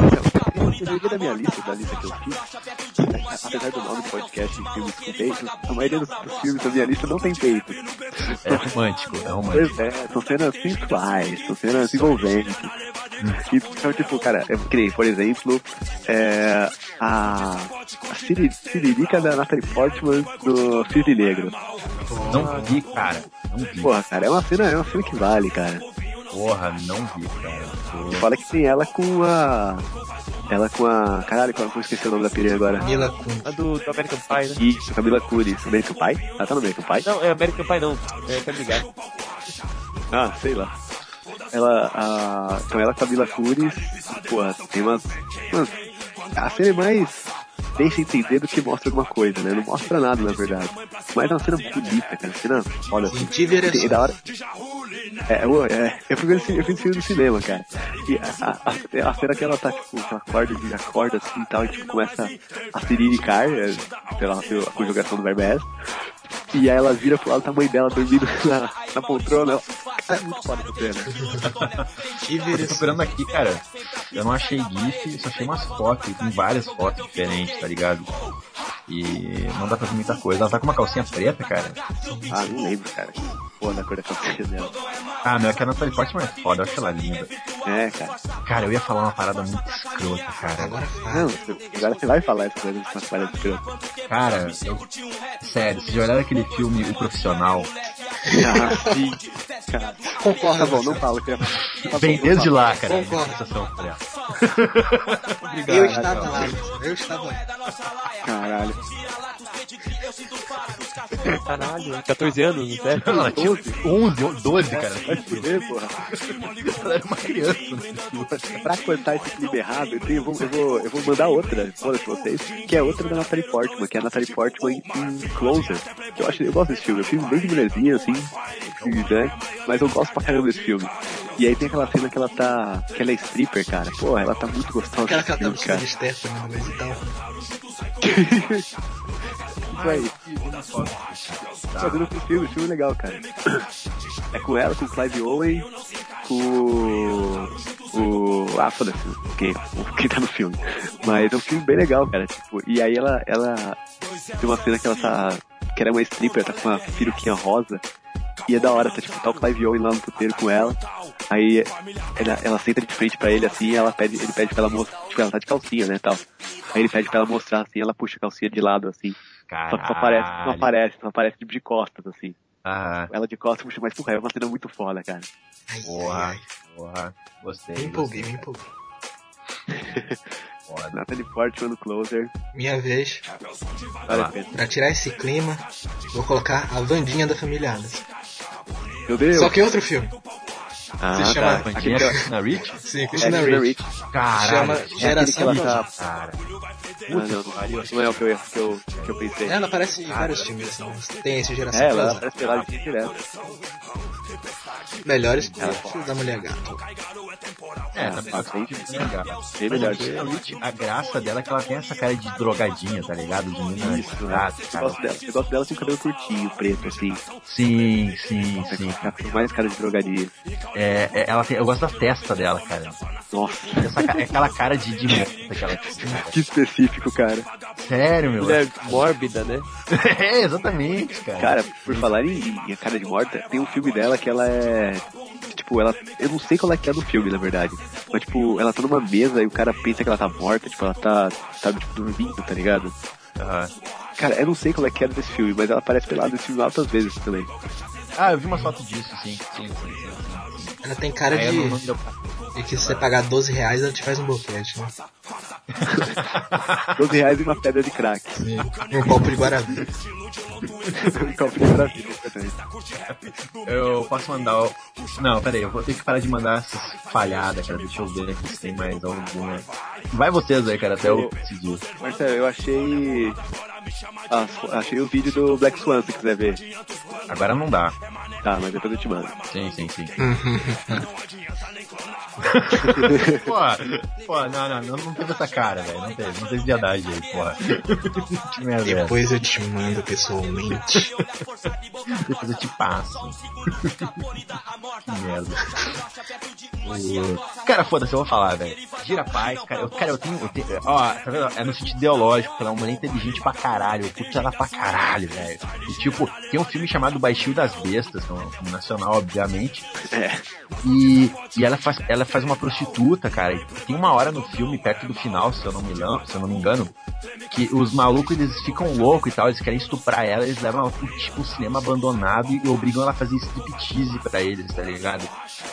Speaker 3: inclusive da minha lista, da lista que eu fiz, apesar do nome do podcast de filmes com peito, a maioria dos, dos filmes da minha lista não tem peito.
Speaker 4: É romântico, é romântico.
Speaker 3: Pois é, são cenas sensuais, são cenas envolventes. E, então, tipo, cara, eu criei, por exemplo, é, a, a Siri- Siririca da Natalie Portman do Cisne Negro.
Speaker 4: Não vi, cara. Não vi.
Speaker 3: Porra, cara, é uma cena, é uma cena que vale, cara.
Speaker 4: Porra, não vi, cara.
Speaker 3: Fala que tem ela com a. Ela com a. Caralho, eu vou esquecer o nome da piranha agora.
Speaker 1: Mila Kun.
Speaker 2: A do, do American Pie, né?
Speaker 3: Isso, Camila Curis. American Pie? Ela tá no American Pie?
Speaker 2: Não, é American Pie não. É, tá ligado.
Speaker 3: Ah, sei lá. Ela, a... Então ela, Camila Curis, porra, tem umas... umas... A cena é mais deixa entender do que mostra alguma coisa, né? Não mostra nada, na verdade. Mas é uma cena bonita, cara. Cena, olha,
Speaker 1: Sim, tive ereção.
Speaker 3: é da hora. É, eu, é, eu, fui ver esse- eu fiz esse filme no cinema, cara. E a, a, a cena que ela tá, tipo, que ela acorda, de- acorda assim e tal, e tipo, começa a se liricar, é, pela pela conjugação do verbo é essa. E aí ela vira pro lado da mãe dela dormindo na, na poltrona. Cara, é muito foda essa cena.
Speaker 1: Tive
Speaker 4: Eu tô
Speaker 1: ereção.
Speaker 4: procurando aqui, cara. Eu não achei GIF, só achei umas fotos, tem várias fotos diferentes, tá ligado? E não dá pra ver muita coisa. Ela tá com uma calcinha preta, cara.
Speaker 3: Ah, não lembro, cara. Pô, na cor da calcinha dela.
Speaker 4: Ah, meu, é que a Natalie Portman é foda, eu acho ela linda.
Speaker 3: É, cara. Ah,
Speaker 4: Cara, eu ia falar uma parada muito escrota, cara.
Speaker 1: Agora fala.
Speaker 3: Não, agora você vai falar essa coisa dessa falha de criança.
Speaker 4: Cara, eu... sério, vocês já olharam aquele filme O Profissional?
Speaker 3: Ah, sim. Cara,
Speaker 1: Concordo.
Speaker 3: tá bom, não fala, cara. Tá
Speaker 4: Vem
Speaker 3: bom, não
Speaker 4: desde
Speaker 3: fala.
Speaker 4: lá, cara. a
Speaker 1: Concordo.
Speaker 4: sensação tá pra ela.
Speaker 1: Eu estava lá. Eu estava lá.
Speaker 3: Caralho.
Speaker 2: Caralho, 14 anos, não é?
Speaker 4: Ela tinha 11, 12, cara.
Speaker 3: Vai se fuder, porra.
Speaker 4: Ela era uma criança.
Speaker 3: Pra cortar esse clipe errado, eu, tenho- eu vou, eu, vou, eu vou mandar outra, foda pra vocês, que é outra da Natalie Portman, que é a Natalie Portman em, em Closer. Eu, acho, eu gosto desse filme, é um filme bem de mulherzinha, assim, né? Mas eu gosto pra caramba desse filme. E aí tem aquela cena que ela tá. que ela é stripper, cara. Porra, ela tá muito gostosa
Speaker 1: Aquela
Speaker 3: desse
Speaker 1: que ela
Speaker 3: filme,
Speaker 1: tava
Speaker 3: cara.
Speaker 1: de Stephanie uma vez e tal.
Speaker 3: Isso aí. Fazendo esse filme, filme legal, cara. É com ela, com o Clive Owen, com o. o- Ah, foda-se, quem, quem tá no filme. Mas é um filme bem legal, cara. Tipo, e aí ela, ela. Tem uma cena que ela tá. Que era uma stripper, tá com uma peruquinha rosa. E é da hora, tá tipo, tá o Clive Owen lá no puteiro com ela. Aí ela, ela senta de frente pra ele assim, e ela pede, ele pede pra ela mostrar. Tipo, ela tá de calcinha, né, tal. Aí ele pede pra ela mostrar assim, ela puxa a calcinha de lado assim. Só que só aparece, não
Speaker 4: Caralho.
Speaker 3: aparece, não aparece tipo de costas, assim.
Speaker 4: Ah,
Speaker 3: Ela de costas puxa mais pro ré, é uma cena muito foda, cara.
Speaker 1: Ai,
Speaker 4: porra,
Speaker 1: ai, ai.
Speaker 4: porra. é Gostei.
Speaker 1: Me empolguei, me empolguei.
Speaker 4: gostei, Foda.
Speaker 3: Natalie Portman no Closer,
Speaker 1: Minha vez.
Speaker 3: vale a pena.
Speaker 1: Pra tirar esse clima, vou colocar a Vandinha da Família Adams.
Speaker 3: Meu Deus,
Speaker 1: Só que outro filme.
Speaker 3: Ah,
Speaker 1: Se chama-
Speaker 3: tá.
Speaker 4: Bandinha
Speaker 3: Aquele que ela-
Speaker 4: Christina Rich?
Speaker 1: Sim, Christina
Speaker 3: é, Christina
Speaker 1: Rich.
Speaker 3: Ricci.
Speaker 4: Caralho.
Speaker 1: Chama
Speaker 4: é aquele
Speaker 1: Geração
Speaker 4: que ela- tá,
Speaker 3: Bizarro.
Speaker 4: Cara.
Speaker 3: Ah, não, não é o que eu, que eu, que eu pensei.
Speaker 4: É,
Speaker 1: Ela aparece em vários filmes, assim. Tem esse geração
Speaker 3: É, ela
Speaker 1: Brasil.
Speaker 3: aparece pelada de direto.
Speaker 1: Melhores que os da Mulher Gato.
Speaker 4: É,
Speaker 3: Ah,
Speaker 4: tá
Speaker 3: bem de-
Speaker 4: legal.
Speaker 3: Bem melhor.
Speaker 4: Christina Ricci, a graça dela é que ela tem essa cara de drogadinha, tá ligado? De menina misturada,
Speaker 3: né? Eu
Speaker 4: cara.
Speaker 3: gosto dela, eu gosto dela com o cabelo curtinho, preto, assim.
Speaker 4: Sim, sim, sim.
Speaker 3: Ela tem mais cara de drogaria.
Speaker 4: É, é, ela tem, eu gosto da testa dela, cara.
Speaker 3: Nossa,
Speaker 4: Essa, ca- é aquela cara de, de morta que ela tem.
Speaker 3: que específico, cara.
Speaker 4: Sério, meu.
Speaker 2: Mulher mórbida, né?
Speaker 4: É, exatamente, cara.
Speaker 3: Cara, por falar em, em A Cara de Morta, tem um filme dela que ela é. Tipo, ela. Eu não sei qual é que é do filme, na verdade. Mas, tipo, ela tá numa mesa e o cara pensa que ela tá morta, tipo, ela tá, sabe, tipo, dormindo, tá ligado?
Speaker 4: Aham.
Speaker 3: Cara, eu não sei qual é que é desse filme, mas ela aparece pelada nesse filme altas vezes também.
Speaker 4: Ah, eu vi umas fotos disso, sim. sim, sim, sim.
Speaker 1: Ela tem cara
Speaker 4: Aí eu não- não
Speaker 1: de.
Speaker 4: deu pra-
Speaker 1: de que se você pagar 12 reais, ela te faz um boquete, né?
Speaker 3: 12 reais e uma pedra de crack.
Speaker 1: E um copo de Guaraná.
Speaker 3: Um copo de Guaraná, exatamente.
Speaker 4: Eu posso mandar o... Não, peraí, eu vou ter que parar de mandar essas falhadas, cara. Deixa eu ver aqui se tem mais alguma. Vai vocês aí, cara, até eu decidir.
Speaker 3: Marcelo, eu achei. Ah, achei o vídeo do Black Swan, se quiser ver.
Speaker 4: Agora não dá.
Speaker 3: Tá, mas depois eu te mando.
Speaker 4: Sim, sim, sim. pô, pô, não, não, não, não teve essa cara, velho. Não teve, não teve viadagem aí, porra. Que merda. Depois
Speaker 1: Depois eu te mando pessoalmente.
Speaker 4: eu te passo. Que merda. O- Cara, foda-se, eu vou falar, velho. Gira paz, cara. Eu, cara, eu tenho, eu tenho- Ó, tá vendo? É no sentido ideológico, ela é uma mulher inteligente pra caralho. Eu curto ela pra caralho, velho. E tipo, tem um filme chamado Baixio das Bestas, que é um filme nacional, obviamente. E, e ela, faz, ela faz uma prostituta, cara. E tem uma hora no filme, perto do final, se eu não me, lembro, se eu não me engano, que os malucos eles ficam loucos e tal, eles querem estuprar ela, eles levam ela pro tipo, um cinema abandonado e obrigam ela a fazer striptease pra eles, tá ligado?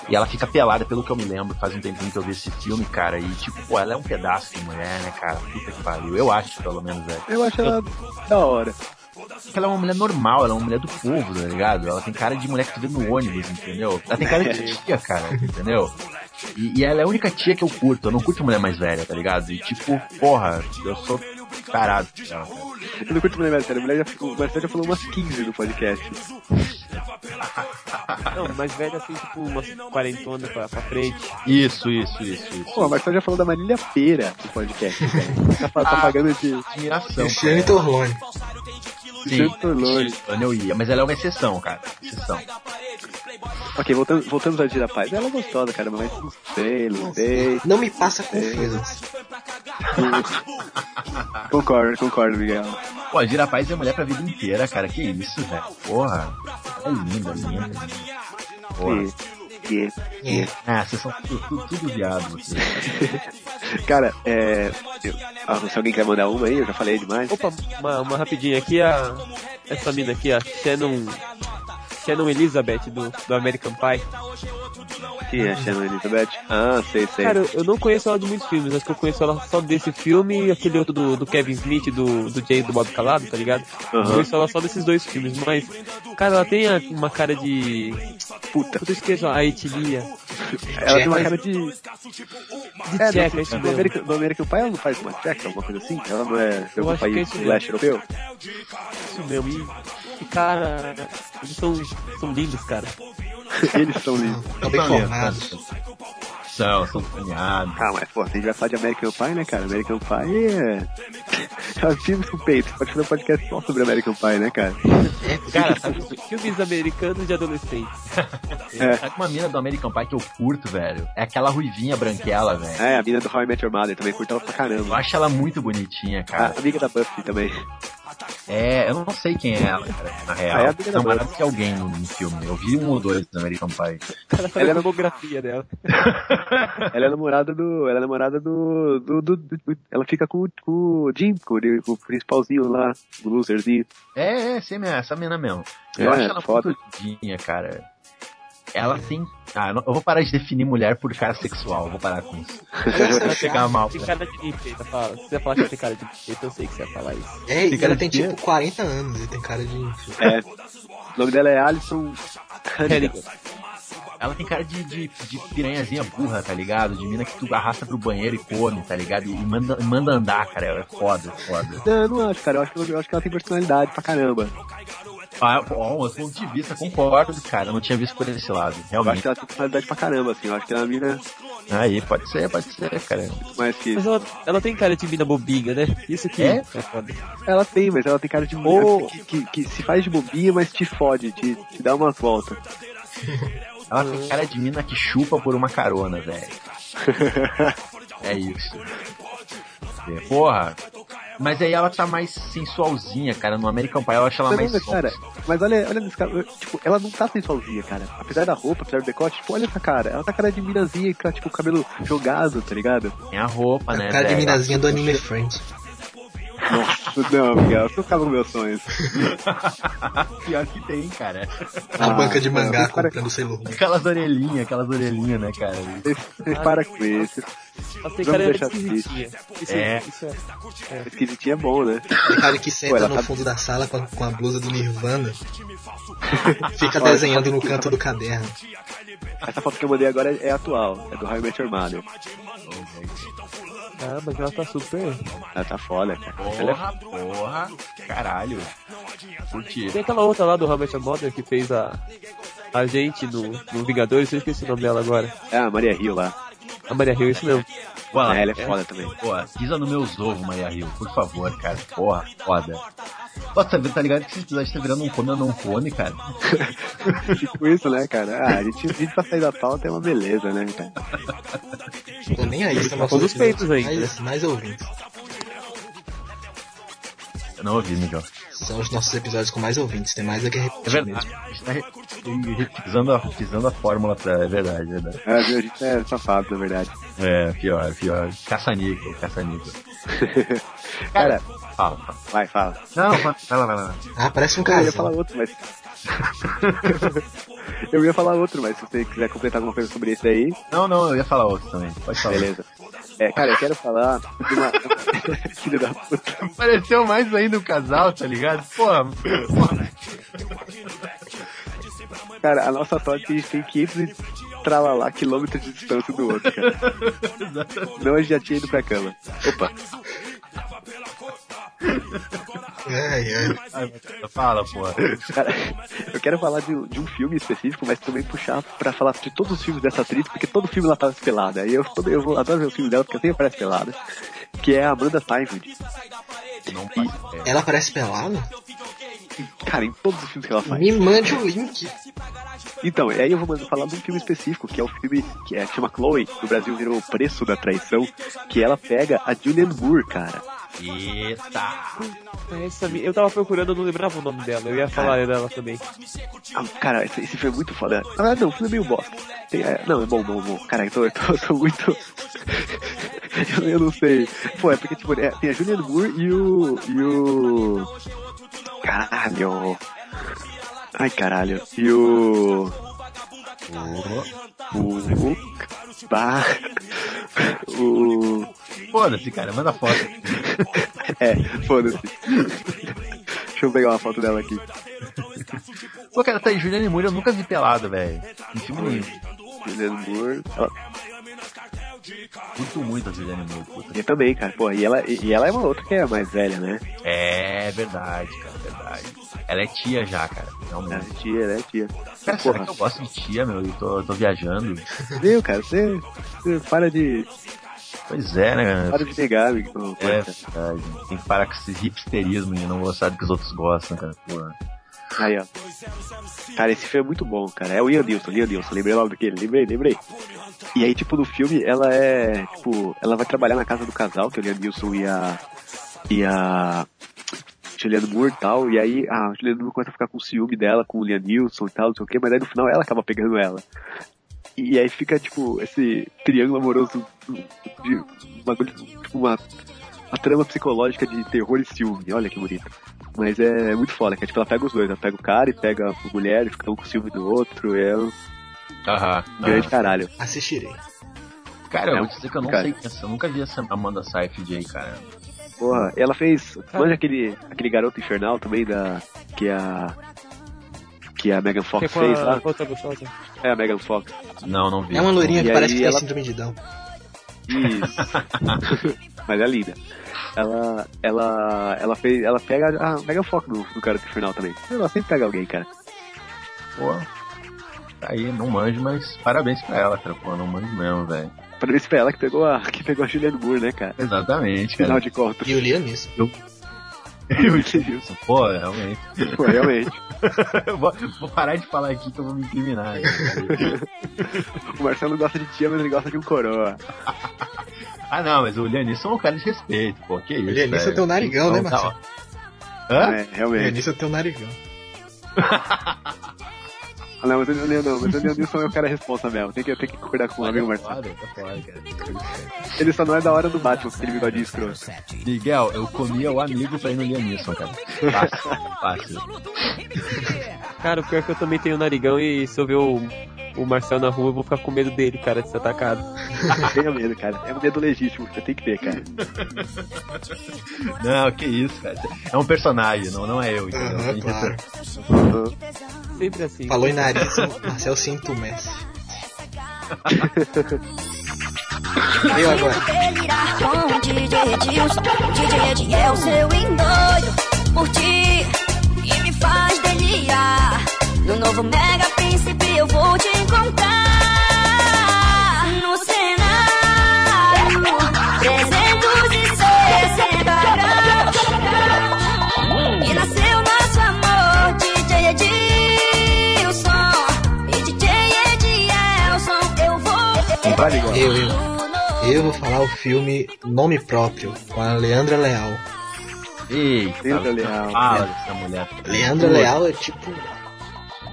Speaker 4: E ela fica pelada, pelo que eu me lembro, faz um tempinho que eu vi esse filme, cara. E tipo, pô, ela é um pedaço de mulher, né, cara? Puta que pariu. Eu acho, pelo menos, velho.
Speaker 3: Eu acho ela da hora.
Speaker 4: Porque ela é uma mulher normal, ela é uma mulher do povo, tá ligado? Ela tem cara de mulher que tu vê no ônibus, entendeu? Ela tem cara de tia, cara, entendeu? E, e ela é a única tia que eu curto, eu não curto mulher mais velha, tá ligado? E tipo, porra, eu sou tarado. por ela, cara.
Speaker 3: Eu não curto mulher mais velha. Mulher já, o Marcelo já falou umas 15 no podcast.
Speaker 2: Não, mas velho assim, tipo, umas quarentonas pra, pra frente.
Speaker 4: Isso, isso, isso, isso.
Speaker 3: Pô, o Marcelo já falou da Marília Feira no podcast, velho. Tá, fa- tá pagando de
Speaker 4: admiração.
Speaker 3: é
Speaker 1: Cristiano Torlone.
Speaker 4: Sim,
Speaker 3: Santo Longe.
Speaker 4: eu ia, mas ela é uma exceção, cara. Exceção.
Speaker 3: Ok, voltando, voltando a Gira Paz. Ela é gostosa, cara, mas não sei, não sei.
Speaker 1: Não me passa confusas.
Speaker 3: Concordo, concordo, Miguel.
Speaker 4: Pô, a Gira Paz é mulher pra vida inteira, cara. Que isso, velho. Porra. É linda, linda. Porra.
Speaker 3: E, e-
Speaker 1: É.
Speaker 4: Ah, vocês são tudo, tudo, tudo viado. vocês.
Speaker 3: Cara, é. eu- ah, se alguém quer mandar uma aí, eu já falei demais.
Speaker 2: Opa, uma, uma rapidinha aqui, a. Essa mina aqui, a Shannon. Shannon Elizabeth do, do American Pie.
Speaker 3: Quem é a Shannon Elizabeth? Ah, sei, sei.
Speaker 2: Cara, eu- eu não conheço ela de muitos filmes, acho que eu conheço ela só desse filme e aquele outro do, do Kevin Smith, do, do Jay do Bob Calado, tá ligado? Eu
Speaker 3: Aham.
Speaker 2: conheço ela só desses dois filmes, mas, cara, ela tem a- uma cara de. Puta, eu esqueço a Etilia.
Speaker 3: ela tem uma cara de.
Speaker 2: De
Speaker 3: É,
Speaker 2: tcheca,
Speaker 3: do,
Speaker 2: é isso
Speaker 3: do,
Speaker 2: mesmo.
Speaker 3: American, do American Pie ela não faz uma tcheca, alguma coisa assim? Ela não é de algum
Speaker 2: acho que é
Speaker 3: país
Speaker 2: isso
Speaker 3: do
Speaker 2: mesmo.
Speaker 3: leste europeu?
Speaker 2: Isso mesmo. E, e, cara, eles são, são lindos, cara.
Speaker 3: Eles são lindos.
Speaker 1: Estão bem formados.
Speaker 4: São, são planeados.
Speaker 3: Ah, mas pô, a gente vai falar de American Pie, né, cara? American Pie é. É um filme com peito. Pode fazer um podcast só sobre American Pie, né, cara?
Speaker 4: Cara, sabe,
Speaker 2: Filmes americanos de adolescentes.
Speaker 4: sabe É uma mina do American Pie que eu curto, velho? É aquela ruivinha branquela, velho.
Speaker 3: É, a mina do How I Met Your Mother também curtava pra
Speaker 4: Eu
Speaker 3: caramba.
Speaker 4: acho ela muito bonitinha, cara.
Speaker 3: A amiga da Buffy também.
Speaker 4: É, eu não sei quem é ela, cara, na
Speaker 3: Ah, é a
Speaker 4: real.
Speaker 3: amiga da
Speaker 4: Não,
Speaker 3: Barbie.
Speaker 4: parece que é alguém no, no filme. Eu vi um ou dois do American Pie.
Speaker 2: Ela
Speaker 3: é
Speaker 2: faz a demografia dela.
Speaker 3: Ela é namorada do. Ela é namorada do. do, do- do- ela fica com, o- com o Jim, com o, com o principalzinho lá, o loserzinho.
Speaker 4: É, é, sim, é, essa mina mesmo. Eu
Speaker 3: É,
Speaker 4: acho ela
Speaker 3: foda.
Speaker 4: muito lindinha, cara. Ela tem. Ah, não- eu vou parar de definir mulher por cara sexual, eu vou parar com isso. Vai pegar mal.
Speaker 2: Tem
Speaker 4: né?
Speaker 2: cara de limpeza, fala. Se você falar que tem cara de limpeza, eu sei que você vai falar isso.
Speaker 1: É, e
Speaker 4: Tem cara
Speaker 1: ela
Speaker 4: de
Speaker 1: tem
Speaker 4: quê?
Speaker 1: tipo 40 anos e tem cara de.
Speaker 3: É. O nome dela é Alison. Hannigan.
Speaker 4: Ela tem cara de, de, de piranhazinha burra, tá ligado? De mina que tu arrasta pro banheiro e come, tá ligado? E manda, e manda andar, cara. É foda, foda.
Speaker 3: Não, eu não acho, cara. Eu acho, que- eu acho que ela tem personalidade pra caramba.
Speaker 4: Ah, ó, um ponto de vista, concordo, cara. Eu não tinha visto por esse lado,
Speaker 3: Eu acho que
Speaker 4: realmente.
Speaker 3: ela tem personalidade pra caramba, assim. Eu acho que ela é uma mina
Speaker 4: Aí, pode ser, pode ser, cara.
Speaker 3: mais que.
Speaker 2: Mas ela, ela tem cara de mina bobinha, né? Isso que
Speaker 4: É?
Speaker 2: foda.
Speaker 3: Ela tem, mas ela tem cara de
Speaker 2: Ou-
Speaker 3: que, que, que se faz de bobinha, mas te fode, te, te dá umas voltas.
Speaker 4: Ela tem cara de mina que chupa por uma carona, velho. é isso. É, Porra. Mas aí ela tá mais sensualzinha, cara. No American Pie eu acho ela
Speaker 3: Mas,
Speaker 4: mais.
Speaker 3: olha, cara, mas olha, olha nesse cara, eu- tipo, ela não tá sensualzinha, cara. Apesar da roupa, apesar do decote, tipo, olha essa cara. Ela tá cara de minazinha, que tá, tipo, o cabelo jogado, tá ligado?
Speaker 4: Tem a roupa, né?
Speaker 1: Cara de
Speaker 4: velho?
Speaker 1: minazinha do Anime Friends.
Speaker 3: não, Miguel, eu acabo meus sonhos.
Speaker 4: Pior que tem, cara.
Speaker 1: Na
Speaker 3: Ah,
Speaker 1: banca de
Speaker 3: cara,
Speaker 1: mangá
Speaker 3: o cara-
Speaker 1: comprando Sailor Moon.
Speaker 4: Aquelas orelhinhas, aquelas orelhinhas, né, cara?
Speaker 3: Vocês vocês para com isso.
Speaker 2: Ela tem
Speaker 3: Vamos
Speaker 2: cara de
Speaker 3: deixar
Speaker 2: esquisitinha. Isso
Speaker 4: É.
Speaker 2: isso é.
Speaker 3: Esquisitinho é bom, né?
Speaker 1: O cara que senta
Speaker 3: Ué, ela
Speaker 1: no
Speaker 3: tá-
Speaker 1: fundo da sala com a, com a blusa do Nirvana. Fica desenhando no canto do caderno.
Speaker 3: Essa foto que eu mandei agora é atual, é do How I Met Your Mother.
Speaker 2: Ah, mas ela tá super.
Speaker 3: Ela tá foda, cara. Ela é-
Speaker 4: Porra, porra. Caralho. Curti.
Speaker 2: Tem aquela outra lá do Robert Mother que fez a. A gente no, no Vingadores, eu esqueci o nome dela agora.
Speaker 3: É a Maria Hill lá.
Speaker 2: A Maria Hill, isso mesmo.
Speaker 4: Pô,
Speaker 3: Ah, ela é foda também.
Speaker 4: Pô, pisa no meus ovos, Maria Rio, por favor, cara. Porra, foda. Nossa, tá ligado que esse episódio tá virando um come ou não come, cara?
Speaker 3: Tipo isso, né, cara? Ah, a gente vídeo pra sair da pauta é uma beleza, né, cara?
Speaker 1: Tô nem aí, é
Speaker 3: tá
Speaker 1: são
Speaker 2: Com os peitos ainda,
Speaker 3: né?
Speaker 1: mais, mais ouvintes.
Speaker 4: Eu não ouvi, Miguel.
Speaker 1: São os nossos episódios com mais ouvintes, tem mais do que
Speaker 4: É
Speaker 1: repetir
Speaker 4: verdade.
Speaker 1: mesmo.
Speaker 4: A gente tá re- re- pisando a, pisando a fórmula pra. É verdade, é verdade.
Speaker 3: É, a gente é safado, na verdade.
Speaker 4: É, pior, pior. Caça-níquel, caça-níquel.
Speaker 3: Cara,
Speaker 4: Fala, fala.
Speaker 3: vai, fala.
Speaker 4: Não, fala, fala, fala.
Speaker 1: Ah, parece um
Speaker 3: Eu ia falar
Speaker 1: casal.
Speaker 3: outro, mas. eu ia falar outro, mas se você quiser completar alguma coisa sobre isso aí,
Speaker 4: Não, não, eu ia falar outro também. Pode falar.
Speaker 3: beleza. É, cara, eu quero falar de uma. Filho da puta.
Speaker 4: Apareceu mais ainda o casal, tá ligado? Porra,
Speaker 3: Cara, a nossa sorte é que a gente tem 500 e tralalá quilômetros de distância do outro, cara. Não, a gente já tinha ido pra cama. Opa,
Speaker 1: Ai, ai.
Speaker 4: fala, porra.
Speaker 3: cara, eu quero falar de, de um filme específico, mas também puxar pra falar de todos os filmes dessa atriz, porque todo filme ela tá pelada. E eu, todo, eu vou- adoro ver o filme dela, porque sempre aparece pelada. Que é a Amanda Seyfried.
Speaker 4: Não faço
Speaker 3: É.
Speaker 4: ideia.
Speaker 1: Ela parece pelada?
Speaker 3: Cara, em todos os filmes que ela faz.
Speaker 1: Me mande o link.
Speaker 3: Então, e aí eu vou mandar falar de um filme específico, que é o filme que é, chama Chloe, no Brasil virou O Preço da Traição, que ela pega a Julianne Moore, cara.
Speaker 4: Eita.
Speaker 2: É essa mi- Eu tava procurando, eu não lembrava o nome dela. Eu ia falar dela também.
Speaker 3: Ah, cara, esse, esse filme é muito foda. Na verdade, não, o filme é meio bosta. Tem, é, não, é bom, bom, bom. Cara, eu tô, eu tô, eu tô muito... eu, eu não sei. Pô, é porque, tipo, é, tem a Julianne Moore e o... E o... Caralho... Ai, caralho. E o... O... o bah, o...
Speaker 4: Foda-se, cara, manda foto.
Speaker 3: É, foda-se. Deixa eu pegar uma foto dela aqui.
Speaker 4: Pô, cara, tá aí, Juliane Moura, eu nunca vi pelado, velho. Em filme nenhum.
Speaker 3: Juliana Moore. Ela...
Speaker 4: Curto muito a Juliane Moura, puta.
Speaker 3: Eu também, cara. Pô, e ela, e ela é uma outra que é mais velha, né?
Speaker 4: É verdade, cara, verdade. Ela é tia já, cara.
Speaker 3: É
Speaker 4: Realmente.
Speaker 3: tia, né? Tia.
Speaker 4: Cara, será
Speaker 3: Porra,
Speaker 4: que eu gosto de tia, meu? E tô, tô viajando.
Speaker 3: viu, cara? Você, você para de.
Speaker 4: Pois é, né, cara?
Speaker 3: Para de negar, amigo. Pô,
Speaker 4: É
Speaker 3: cara.
Speaker 4: verdade. Tem que parar com esse hipsterismo e não gostar do que os outros gostam, cara. Porra.
Speaker 3: Aí, ó. Cara, esse filme é muito bom, cara. É o Ian Nilson, Ian Nilson. Lembrei logo daquele, lembrei, lembrei. E aí, tipo, no filme, ela é. Tipo, ela vai trabalhar na casa do casal, que é o Ian Nilson e a. E a. Juliana Moore e tal. E aí, a Juliana Moore começa a ficar com ciúme dela, com o Liam Nilson e tal, não sei o quê. Mas aí, no final, ela acaba pegando ela. E aí fica, tipo, esse triângulo amoroso de um bagulho, tipo, uma, uma trama psicológica de terror e ciúme. Olha que bonito. Mas é, muito foda, que é, tipo, ela pega os dois, ela pega o cara e pega a mulher, e fica um com ciúme do outro, é um
Speaker 4: Aham.
Speaker 3: grande caralho.
Speaker 1: Assistirei.
Speaker 4: Cara, eu
Speaker 3: É
Speaker 4: vou
Speaker 3: um-
Speaker 4: dizer que eu não
Speaker 3: cara.
Speaker 4: sei essa. Eu nunca vi essa Amanda Seyfried aí, cara.
Speaker 3: Porra, ela fez. Manja aquele, aquele garoto infernal também da. Que é a. que a Megan Fox
Speaker 2: Que com
Speaker 3: fez
Speaker 2: a-
Speaker 3: lá.
Speaker 2: com outra né? gostosa.
Speaker 3: É a Megan Fox.
Speaker 4: Não, não vi.
Speaker 1: É uma loirinha
Speaker 3: E
Speaker 1: que
Speaker 3: aí
Speaker 1: parece que tem
Speaker 3: ela-
Speaker 1: síndrome de Down.
Speaker 3: Isso. Mas é linda. Ela, ela, ela, fez, ela pega a Megan Fox no, no cara do final também. Ela sempre pega alguém, cara.
Speaker 4: Pô. Tá aí, não manjo, mas parabéns pra ela, cara. Pô, não manjo mesmo, velho.
Speaker 3: Parabéns pra ela que pegou a, que pegou a Julianne Moore, né, cara?
Speaker 4: Exatamente,
Speaker 3: Final
Speaker 4: cara.
Speaker 3: de contas.
Speaker 1: E o Lianis.
Speaker 4: Pô, realmente.
Speaker 3: Pô, realmente.
Speaker 4: Eu vou, vou parar de falar aqui que eu vou me incriminar. cara.
Speaker 3: O Marcelo gosta de tia, mas ele gosta de um coroa.
Speaker 4: ah, não, mas o Lianisson é um cara de respeito, pô. Que isso,
Speaker 1: O Lianisson
Speaker 4: velho.
Speaker 1: tem um narigão, né,
Speaker 4: Então, tá, ó. Hã?
Speaker 3: É,
Speaker 1: O
Speaker 3: realmente.
Speaker 1: Lianis tem um narigão.
Speaker 3: Ah, Não, mas o Leonilson, mas o Leonilson é o cara responsa mesmo. Tem que, tem que concordar
Speaker 1: um
Speaker 3: com o amigo Marcelo.
Speaker 4: Tá foda, cara.
Speaker 3: Ele só não é da hora do Batman, aquele bigodinho escroto.
Speaker 4: Miguel, eu comia o amigo pra ir no Lianisson, cara. Fácil, fácil.
Speaker 2: Cara, o pior é que eu também tenho narigão e se eu ver o, o Marcel na rua, eu vou ficar com medo dele, cara, de ser atacado.
Speaker 3: Tenha medo, cara. É um medo legítimo, você tem que ter, cara.
Speaker 4: Não, que isso, cara. É um personagem, não, não é eu, entendeu?
Speaker 1: Aham,
Speaker 4: Tem que
Speaker 1: claro.
Speaker 2: Sempre assim.
Speaker 1: Falou em nariz, Marcel sinto Messi. Eu agora.
Speaker 10: delirar com o DJ Edilson. DJ Ed é o seu endoido por ti e me faz delirar. No novo Mega Príncipe eu vou te encontrar no cenário 360 graus. E nasceu nosso amor, DJ Edilson e DJ Edielson. Eu vou.
Speaker 3: Vale igual.
Speaker 1: Eu, eu. Eu vou falar o filme Nome Próprio, com a Leandra Leal.
Speaker 4: Eita,
Speaker 3: Eita, Leal.
Speaker 4: fala dessa mulher.
Speaker 1: Leandra Leal é tipo.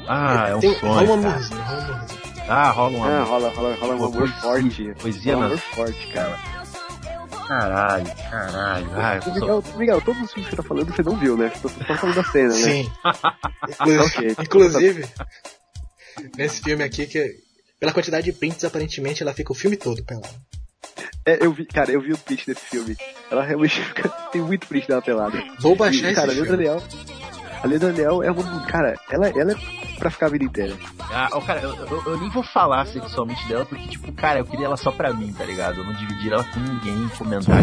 Speaker 4: Ah, é um
Speaker 1: tem
Speaker 4: sonho.
Speaker 1: rola um
Speaker 4: cara.
Speaker 1: amorzinho, rola um amorzinho.
Speaker 4: Ah, rola um
Speaker 3: Ah,
Speaker 4: amor.
Speaker 3: rola, rola, rola um amor
Speaker 4: Poesia,
Speaker 3: forte.
Speaker 4: poesia
Speaker 3: um
Speaker 4: na-
Speaker 3: amor forte, cara.
Speaker 4: Caralho, caralho. Ai,
Speaker 1: é
Speaker 3: Ô,
Speaker 4: sou-
Speaker 3: Miguel, Miguel, todos os filmes que você tá falando, você não viu, né? Você tá só falando da cena, né?
Speaker 1: Sim. Inclusive,
Speaker 3: Ok.
Speaker 1: inclusive, nesse filme aqui, que pela quantidade de prints, aparentemente ela fica o filme todo pelada.
Speaker 3: É, eu vi, cara, eu vi o print desse filme. Ela realmente fica- tem muito print dela pelada.
Speaker 1: Vou baixar
Speaker 3: E, cara,
Speaker 1: esse
Speaker 3: a Leandra
Speaker 1: filme.
Speaker 3: Leal. A Leandra Leal é uma. Cara, ela, ela é pra ficar a vida inteira.
Speaker 4: Ah, ô, cara, eu, eu- eu nem vou falar sexualmente dela, porque, tipo, cara, eu queria ela só pra mim, tá ligado? Eu não dividir ela com ninguém, comentar.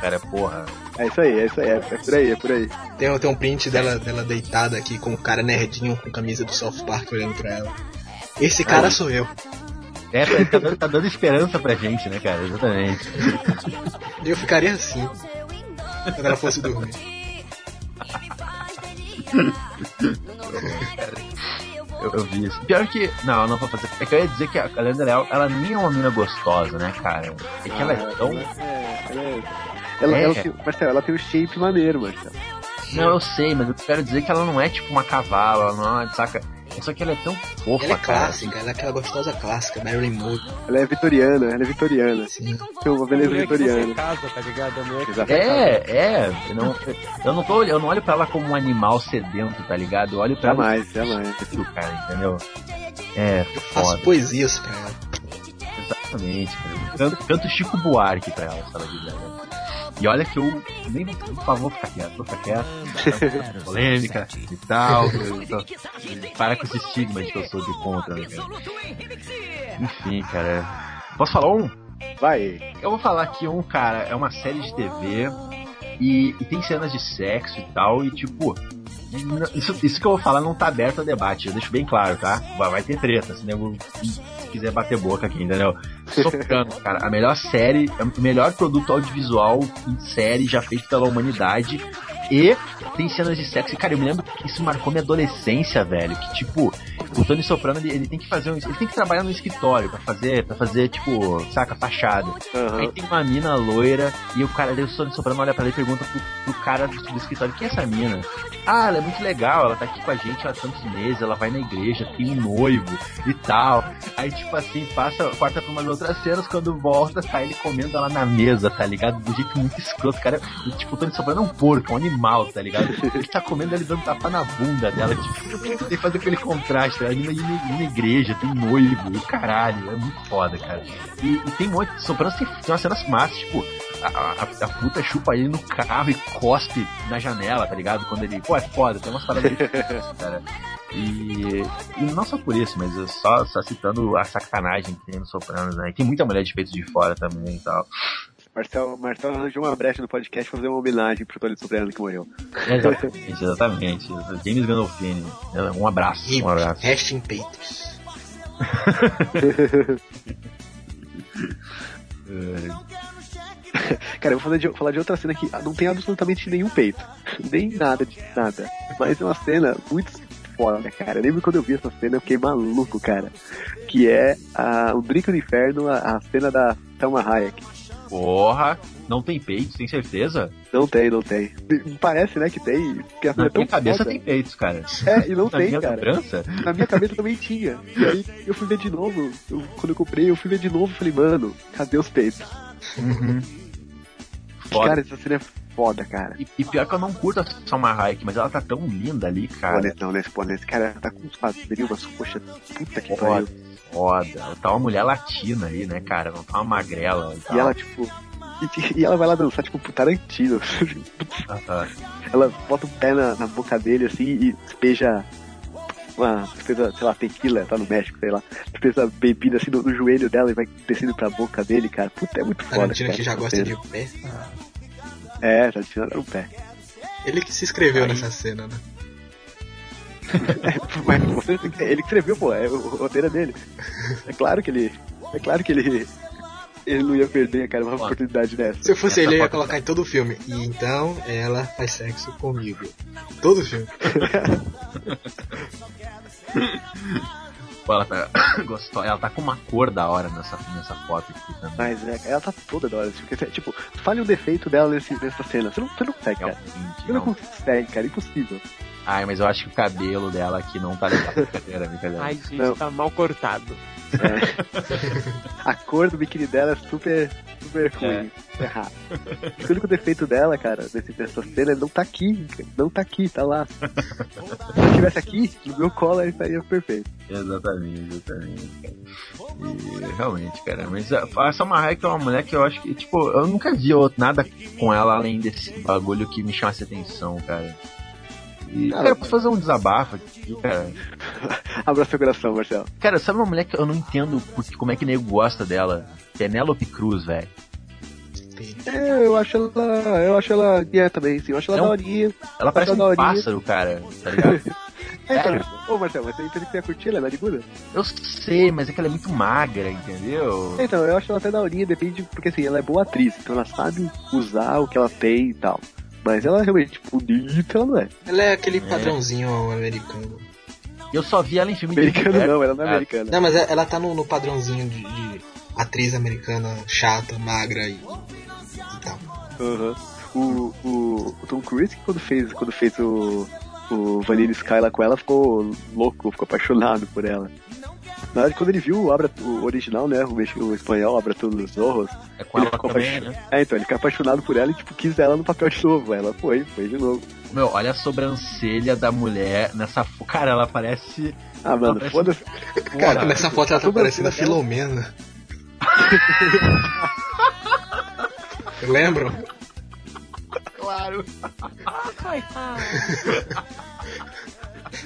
Speaker 4: Cara, porra.
Speaker 3: É isso aí, é isso aí. É, é por aí, é por aí.
Speaker 1: Tem, tem um print dela, dela deitada aqui com o cara nerdinho com camisa do South Park olhando pra ela. Esse cara sou eu.
Speaker 4: É, tá dando, tá dando esperança pra gente, né, cara? Exatamente.
Speaker 1: Eu ficaria assim quando ela fosse dormir.
Speaker 4: Eu, eu vi isso. Pior que. Não, eu não vou fazer. É que eu ia dizer que a Leandra Leal, ela nem é uma mina gostosa, né, cara? É que ela é tão.
Speaker 3: Ah,
Speaker 1: Ah,
Speaker 3: É, ela é. Ela,
Speaker 4: É.
Speaker 3: ela tem, Marcelo, ela tem um shape maneiro, Marcelo.
Speaker 4: Não, eu sei, mas eu quero dizer que ela não é tipo uma cavala, ela não é uma saca. Só que ela é tão fofa,
Speaker 1: Ela é
Speaker 4: cara.
Speaker 1: clássica, ela é aquela gostosa clássica, Mary Moore,
Speaker 3: Ela é vitoriana, ela é vitoriana.
Speaker 1: assim.
Speaker 3: Tem uma
Speaker 2: A
Speaker 3: beleza
Speaker 2: mulher que você
Speaker 3: vitoriana.
Speaker 2: casa, tá ligado? A mulher que...
Speaker 4: É, é. Eu não, eu não tô, eu não olho pra ela como um animal sedento, tá ligado? Eu olho pra ela
Speaker 3: Jamais, jamais.
Speaker 4: como um cara, entendeu? É,
Speaker 1: Eu faço
Speaker 4: foda.
Speaker 1: poesias pra ela.
Speaker 4: Exatamente, cara. Tanto, tanto Chico Buarque pra ela, se ela quiser, né? E olha que eu nem vou, por favor, ficar quieto, vou ficar quieto. Polêmica e tal. eu tô- Para com esse estigma de que eu sou de contra, né, cara? Enfim, cara. Posso falar um?
Speaker 3: Vai.
Speaker 4: Eu vou falar aqui um, cara, é uma série de TV e, e tem cenas de sexo e tal, e tipo. n- Isso, isso que eu vou falar não tá aberto a debate, eu deixo bem claro, tá? Vai, vai ter treta, se nego quiser bater boca aqui, entendeu? Socando, cara, a melhor série, é o melhor produto audiovisual em série já feito pela humanidade. E tem cenas de sexo, e cara, eu me lembro que isso marcou minha adolescência, velho. Que tipo, o Tony Soprano ele, ele tem que fazer um, ele tem que trabalhar no escritório pra fazer, para fazer tipo, saca, fachada. Aí
Speaker 3: Aham.
Speaker 4: tem uma mina loira e o cara, daí o Sony Soprano olha pra ela e pergunta pro, pro cara do, do escritório: quem é essa mina? Ah, ela é muito legal, ela tá aqui com a gente há tantos meses, ela vai na igreja, tem um noivo e tal. Aí, tipo assim, passa, corta pra umas outras cenas, quando volta, tá ele comendo ela na mesa, tá ligado? Do jeito muito escroto, cara. O, tipo, o Tony Soprano é um porco, é um animal, tá ligado? Ele tá comendo ele dando tapa na bunda dela, tipo, tem que fazer aquele contraste, tá? A mina indo na igreja, tem um noivo, e o caralho, é muito foda, cara. E, e tem um monte. Sopranos tem, tem umas cenas massas, tipo, a, a, a puta chupa ele no carro e cospe na janela, tá ligado? Quando ele. Pô, é foda, tem umas paradas. difíceis, cara. E, e não só por isso, mas eu só, só citando a sacanagem que tem no Sopranos, né? E tem muita mulher de peito de fora também e tal.
Speaker 3: Marcel, Marcel arranjou uma brecha no podcast pra fazer uma homenagem pro Tony Soprano que morreu.
Speaker 4: Exatamente, exatamente. James Gandolfini. Um abraço,
Speaker 1: E
Speaker 4: um abraço.
Speaker 1: rest in peitos.
Speaker 3: Cara, eu vou falar de, falar de outra cena que não tem absolutamente nenhum peito. Nem nada de nada. Mas é uma cena muito foda, cara. Eu lembro quando eu vi essa cena, eu fiquei maluco, cara. Que é a, o Brinco do Inferno, a, a cena da Thelma Hayek.
Speaker 4: Porra, não tem peito, tem certeza?
Speaker 3: Não tem, não tem. Parece, né, que tem. Porque a cena
Speaker 4: Na
Speaker 3: é tão
Speaker 4: minha cabeça
Speaker 3: foda.
Speaker 4: tem peitos, cara. Tá
Speaker 3: É, e não
Speaker 4: Na
Speaker 3: tem,
Speaker 4: minha
Speaker 3: cara.
Speaker 4: lembrança?
Speaker 3: Na minha cabeça também tinha. E aí eu fui ver de novo. Eu- quando eu comprei, eu fui ver de novo e falei, mano, cadê os peitos?
Speaker 4: Foda.
Speaker 3: Cara, essa cena é foda, cara.
Speaker 4: E, e pior que eu não curto a Salma Hayek, mas ela tá tão linda ali, cara.
Speaker 3: Olha, não, né, Olha, esse cara tá com uns quadril, umas coxas. Puta que
Speaker 4: Foda,
Speaker 3: pariu.
Speaker 4: foda. Tá uma mulher latina aí, né, cara? Não tá uma magrela. E, tal.
Speaker 3: E ela, tipo. E, e ela vai lá dançar, tipo, pro Tarantino.
Speaker 4: Ah, tá.
Speaker 3: ela bota o pé na, na boca dele, assim, e despeja. Uma, despeja, sei lá, tequila, tá no México, sei lá. Despeja bebida, assim, no, no joelho dela e vai descendo pra boca dele, cara. Puta, é muito foda.
Speaker 1: Tarantino
Speaker 3: cara,
Speaker 1: que já
Speaker 3: essa
Speaker 1: gosta
Speaker 3: cena.
Speaker 1: de pé.
Speaker 3: É, tá tirando o pé.
Speaker 1: Ele que se inscreveu nessa cena, né?
Speaker 3: É, Mas você- ele que escreveu, pô, é o o roteiro é dele. É claro que ele. É claro que ele. Ele não ia perder, cara, uma
Speaker 4: Ó.
Speaker 3: oportunidade dessa.
Speaker 1: Se eu fosse ele, eu ia colocar em todo o filme. E então ela faz sexo comigo. Todo filme.
Speaker 4: Pô, ela tá gostosa. Ela tá com uma cor da hora nessa, nessa foto aqui também.
Speaker 3: Mas é, ela tá toda da hora. assim, porque, Tipo, fale um defeito dela nesse, nessa cena. Você não, você não consegue, cara.
Speaker 4: Realmente,
Speaker 3: Você Ah, é. não
Speaker 4: É um não.
Speaker 3: consegue, cara. é Impossível.
Speaker 4: Ai, mas eu acho que o cabelo dela aqui não tá legal. Brincadeira, brincadeira.
Speaker 2: Ai, gente,
Speaker 3: Não.
Speaker 2: tá mal cortado.
Speaker 3: A cor do biquíni dela é super. Super ruim. Errado. O único defeito dela, cara, nesse, nessa cena, ele não tá aqui. cara. Não tá aqui, tá lá. Se ele estivesse aqui, no meu colo, ele estaria perfeito.
Speaker 4: Exatamente, exatamente. E, realmente, cara. Mas a, a Salma Hayek é uma mulher que eu acho que, tipo, eu nunca vi outro- nada com ela além desse bagulho que me chamasse atenção, cara. E, cara, eu posso fazer um desabafo aqui, cara.
Speaker 3: Abra seu coração, Marcelo.
Speaker 4: Cara, sabe uma mulher que eu não entendo porque, como é que nego gosta dela? Penélope Cruz, velho.
Speaker 3: É, eu acho ela. Eu acho ela. É, também, sim. Eu acho ela
Speaker 4: É um-
Speaker 3: daorinha.
Speaker 4: Ela parece um
Speaker 3: Daorinha.
Speaker 4: pássaro, cara, tá ligado?
Speaker 3: É,
Speaker 4: Sério?
Speaker 3: cara. Ô, Marcelo, mas você entende que ia curtir ela, é nariguda?
Speaker 4: Eu sei, mas é que ela é muito magra, entendeu?
Speaker 3: Então, eu acho ela até daorinha, depende. Porque assim, ela é boa atriz, então ela sabe usar o que ela tem e tal. Mas ela é realmente, bonita, ela não é.
Speaker 1: Ela é aquele padrãozinho americano.
Speaker 4: Eu só vi ela em filme de
Speaker 3: Americana
Speaker 4: mulher.
Speaker 3: não, ela não é
Speaker 4: Ah,
Speaker 3: americana.
Speaker 1: Não, mas ela- ela tá no, no padrãozinho de, de atriz americana chata, magra e, e tal.
Speaker 3: Aham. O, o, o Tom Cruise, que quando fez, quando fez o, o Vanilla Sky lá com ela, ficou louco, ficou apaixonado por ela. Na verdade, quando ele viu o, Abra, o original, né, o, mex- o espanhol, Abra Todos os Zorros,
Speaker 4: É com ela
Speaker 3: Ele ficou
Speaker 4: também, né?
Speaker 3: É, então, ele fica apaixonado por ela e, tipo, quis ela no papel de novo. Ela foi, foi de novo.
Speaker 4: Meu, olha a sobrancelha da mulher nessa. fo- Cara, ela parece.
Speaker 3: Ah, mano,
Speaker 4: Parece-
Speaker 3: foda-se.
Speaker 1: Cara, nessa foto ela tá
Speaker 3: tudo
Speaker 1: parecendo a
Speaker 3: assim, né?
Speaker 1: Filomena. Lembram?
Speaker 4: Claro.
Speaker 2: Ah, coitado.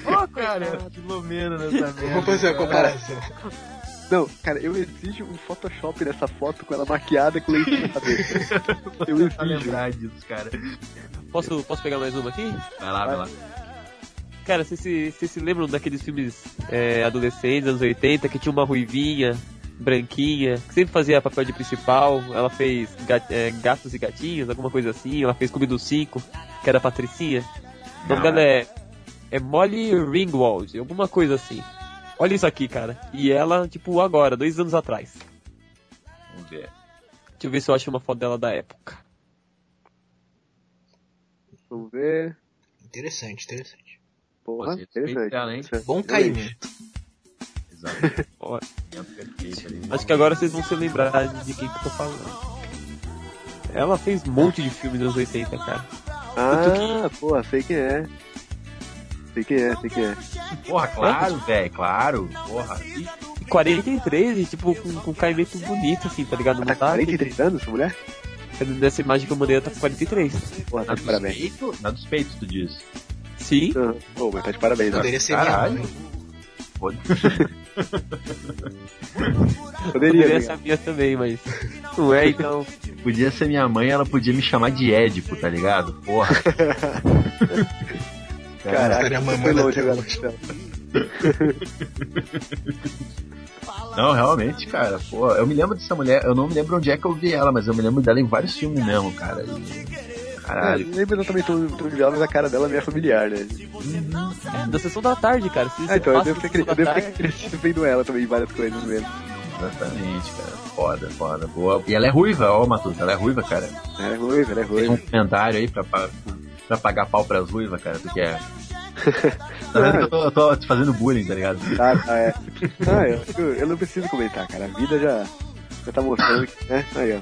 Speaker 4: Ô, cara, Filomena nessa
Speaker 1: Vou fazer a comparação.
Speaker 3: Não, cara, eu exijo um Photoshop nessa foto com ela maquiada e com lente na cabeça. Eu
Speaker 4: Pra
Speaker 3: exijo.
Speaker 4: lembrar disso, cara.
Speaker 2: Posso, posso pegar mais uma aqui?
Speaker 4: Vai lá, vai lá.
Speaker 2: Cara, vocês se, vocês se lembram daqueles filmes é, adolescentes, anos 80, que tinha uma ruivinha, branquinha, que sempre fazia papel de principal? Ela fez ga- é, Gatos e Gatinhos, alguma coisa assim. Ela fez Clube dos Cinco, que era a Patricinha. O nome
Speaker 4: Não.
Speaker 2: dela é, é Molly Ringwald, alguma coisa assim. Olha isso aqui, cara. E ela, tipo, agora, dois anos atrás.
Speaker 4: Vamos ver.
Speaker 2: Deixa eu ver se eu acho uma foto dela da época.
Speaker 3: Vamos ver.
Speaker 1: Interessante, interessante.
Speaker 3: Porra, é
Speaker 4: Você respeita
Speaker 3: interessante.
Speaker 4: ela, hein?
Speaker 3: Interessante.
Speaker 1: Bom caimento.
Speaker 4: Exato.
Speaker 2: Ó.
Speaker 4: É perfeito ali.
Speaker 2: Acho que agora vocês vão se lembrar de quem que eu tô falando. Ela fez um monte de filme dos 80, cara.
Speaker 3: Ah, porra, sei quem é. Sei quem é, sei quem é.
Speaker 4: Porra, claro, velho, claro. Porra. Ih,
Speaker 2: E 43, e, tipo, com, com um caimento bonito, assim, tá ligado? Não
Speaker 3: Ela tá com
Speaker 2: tá?
Speaker 3: 43 anos, essa mulher?
Speaker 2: Nessa imagem que eu mandei, ela tá com 43.
Speaker 3: Porra,
Speaker 4: Na
Speaker 3: tá de
Speaker 4: dos
Speaker 3: parabéns.
Speaker 4: peitos? Na dos peitos, tu diz.
Speaker 2: Sim.
Speaker 3: Uhum. Pô, mas tá de parabéns, ó.
Speaker 1: Poderia ser
Speaker 4: Caralho.
Speaker 1: minha mãe.
Speaker 4: Pode.
Speaker 3: Poderia,
Speaker 2: Poderia
Speaker 3: né?
Speaker 2: ser a minha também, mas. Não é, então.
Speaker 4: Podia ser minha mãe, ela podia me chamar de Édipo, tá ligado? Porra. Cara,
Speaker 3: Caralho,
Speaker 1: Cara, a
Speaker 3: você
Speaker 1: mamãe
Speaker 3: foi
Speaker 1: da
Speaker 3: longe
Speaker 1: tela.
Speaker 3: agora, Marcelo.
Speaker 4: não, realmente, cara. Pô, eu me lembro dessa mulher, eu não me lembro onde é que eu vi ela, mas eu me lembro dela em vários filmes mesmo, cara. E-
Speaker 3: Ah,
Speaker 4: Caralho.
Speaker 3: eu lembro exatamente do tom de viola, mas a cara dela me é familiar, né?
Speaker 2: É da sessão da tarde, cara. Se
Speaker 3: Ah,
Speaker 2: você
Speaker 3: então, eu
Speaker 2: passa
Speaker 3: devo ter,
Speaker 2: da
Speaker 3: cre- eu devo
Speaker 2: tarde,
Speaker 3: ter crescido vendo ela também, em várias coisas mesmo.
Speaker 4: Exatamente, cara. Foda, foda, boa. E ela é ruiva, ó, Matuto, ela é ruiva, cara.
Speaker 3: Ela é ruiva, ela é
Speaker 4: Tem um
Speaker 3: ruiva.
Speaker 4: comentário aí pra, pra, pra pagar pau pras ruivas, cara, porque é. Tá vendo que eu tô, eu tô te fazendo bullying, tá ligado?
Speaker 3: Ah, tá, é. Ah, eu, eu não preciso comentar, cara. A vida já, já tá mostrando, que- né? Aí,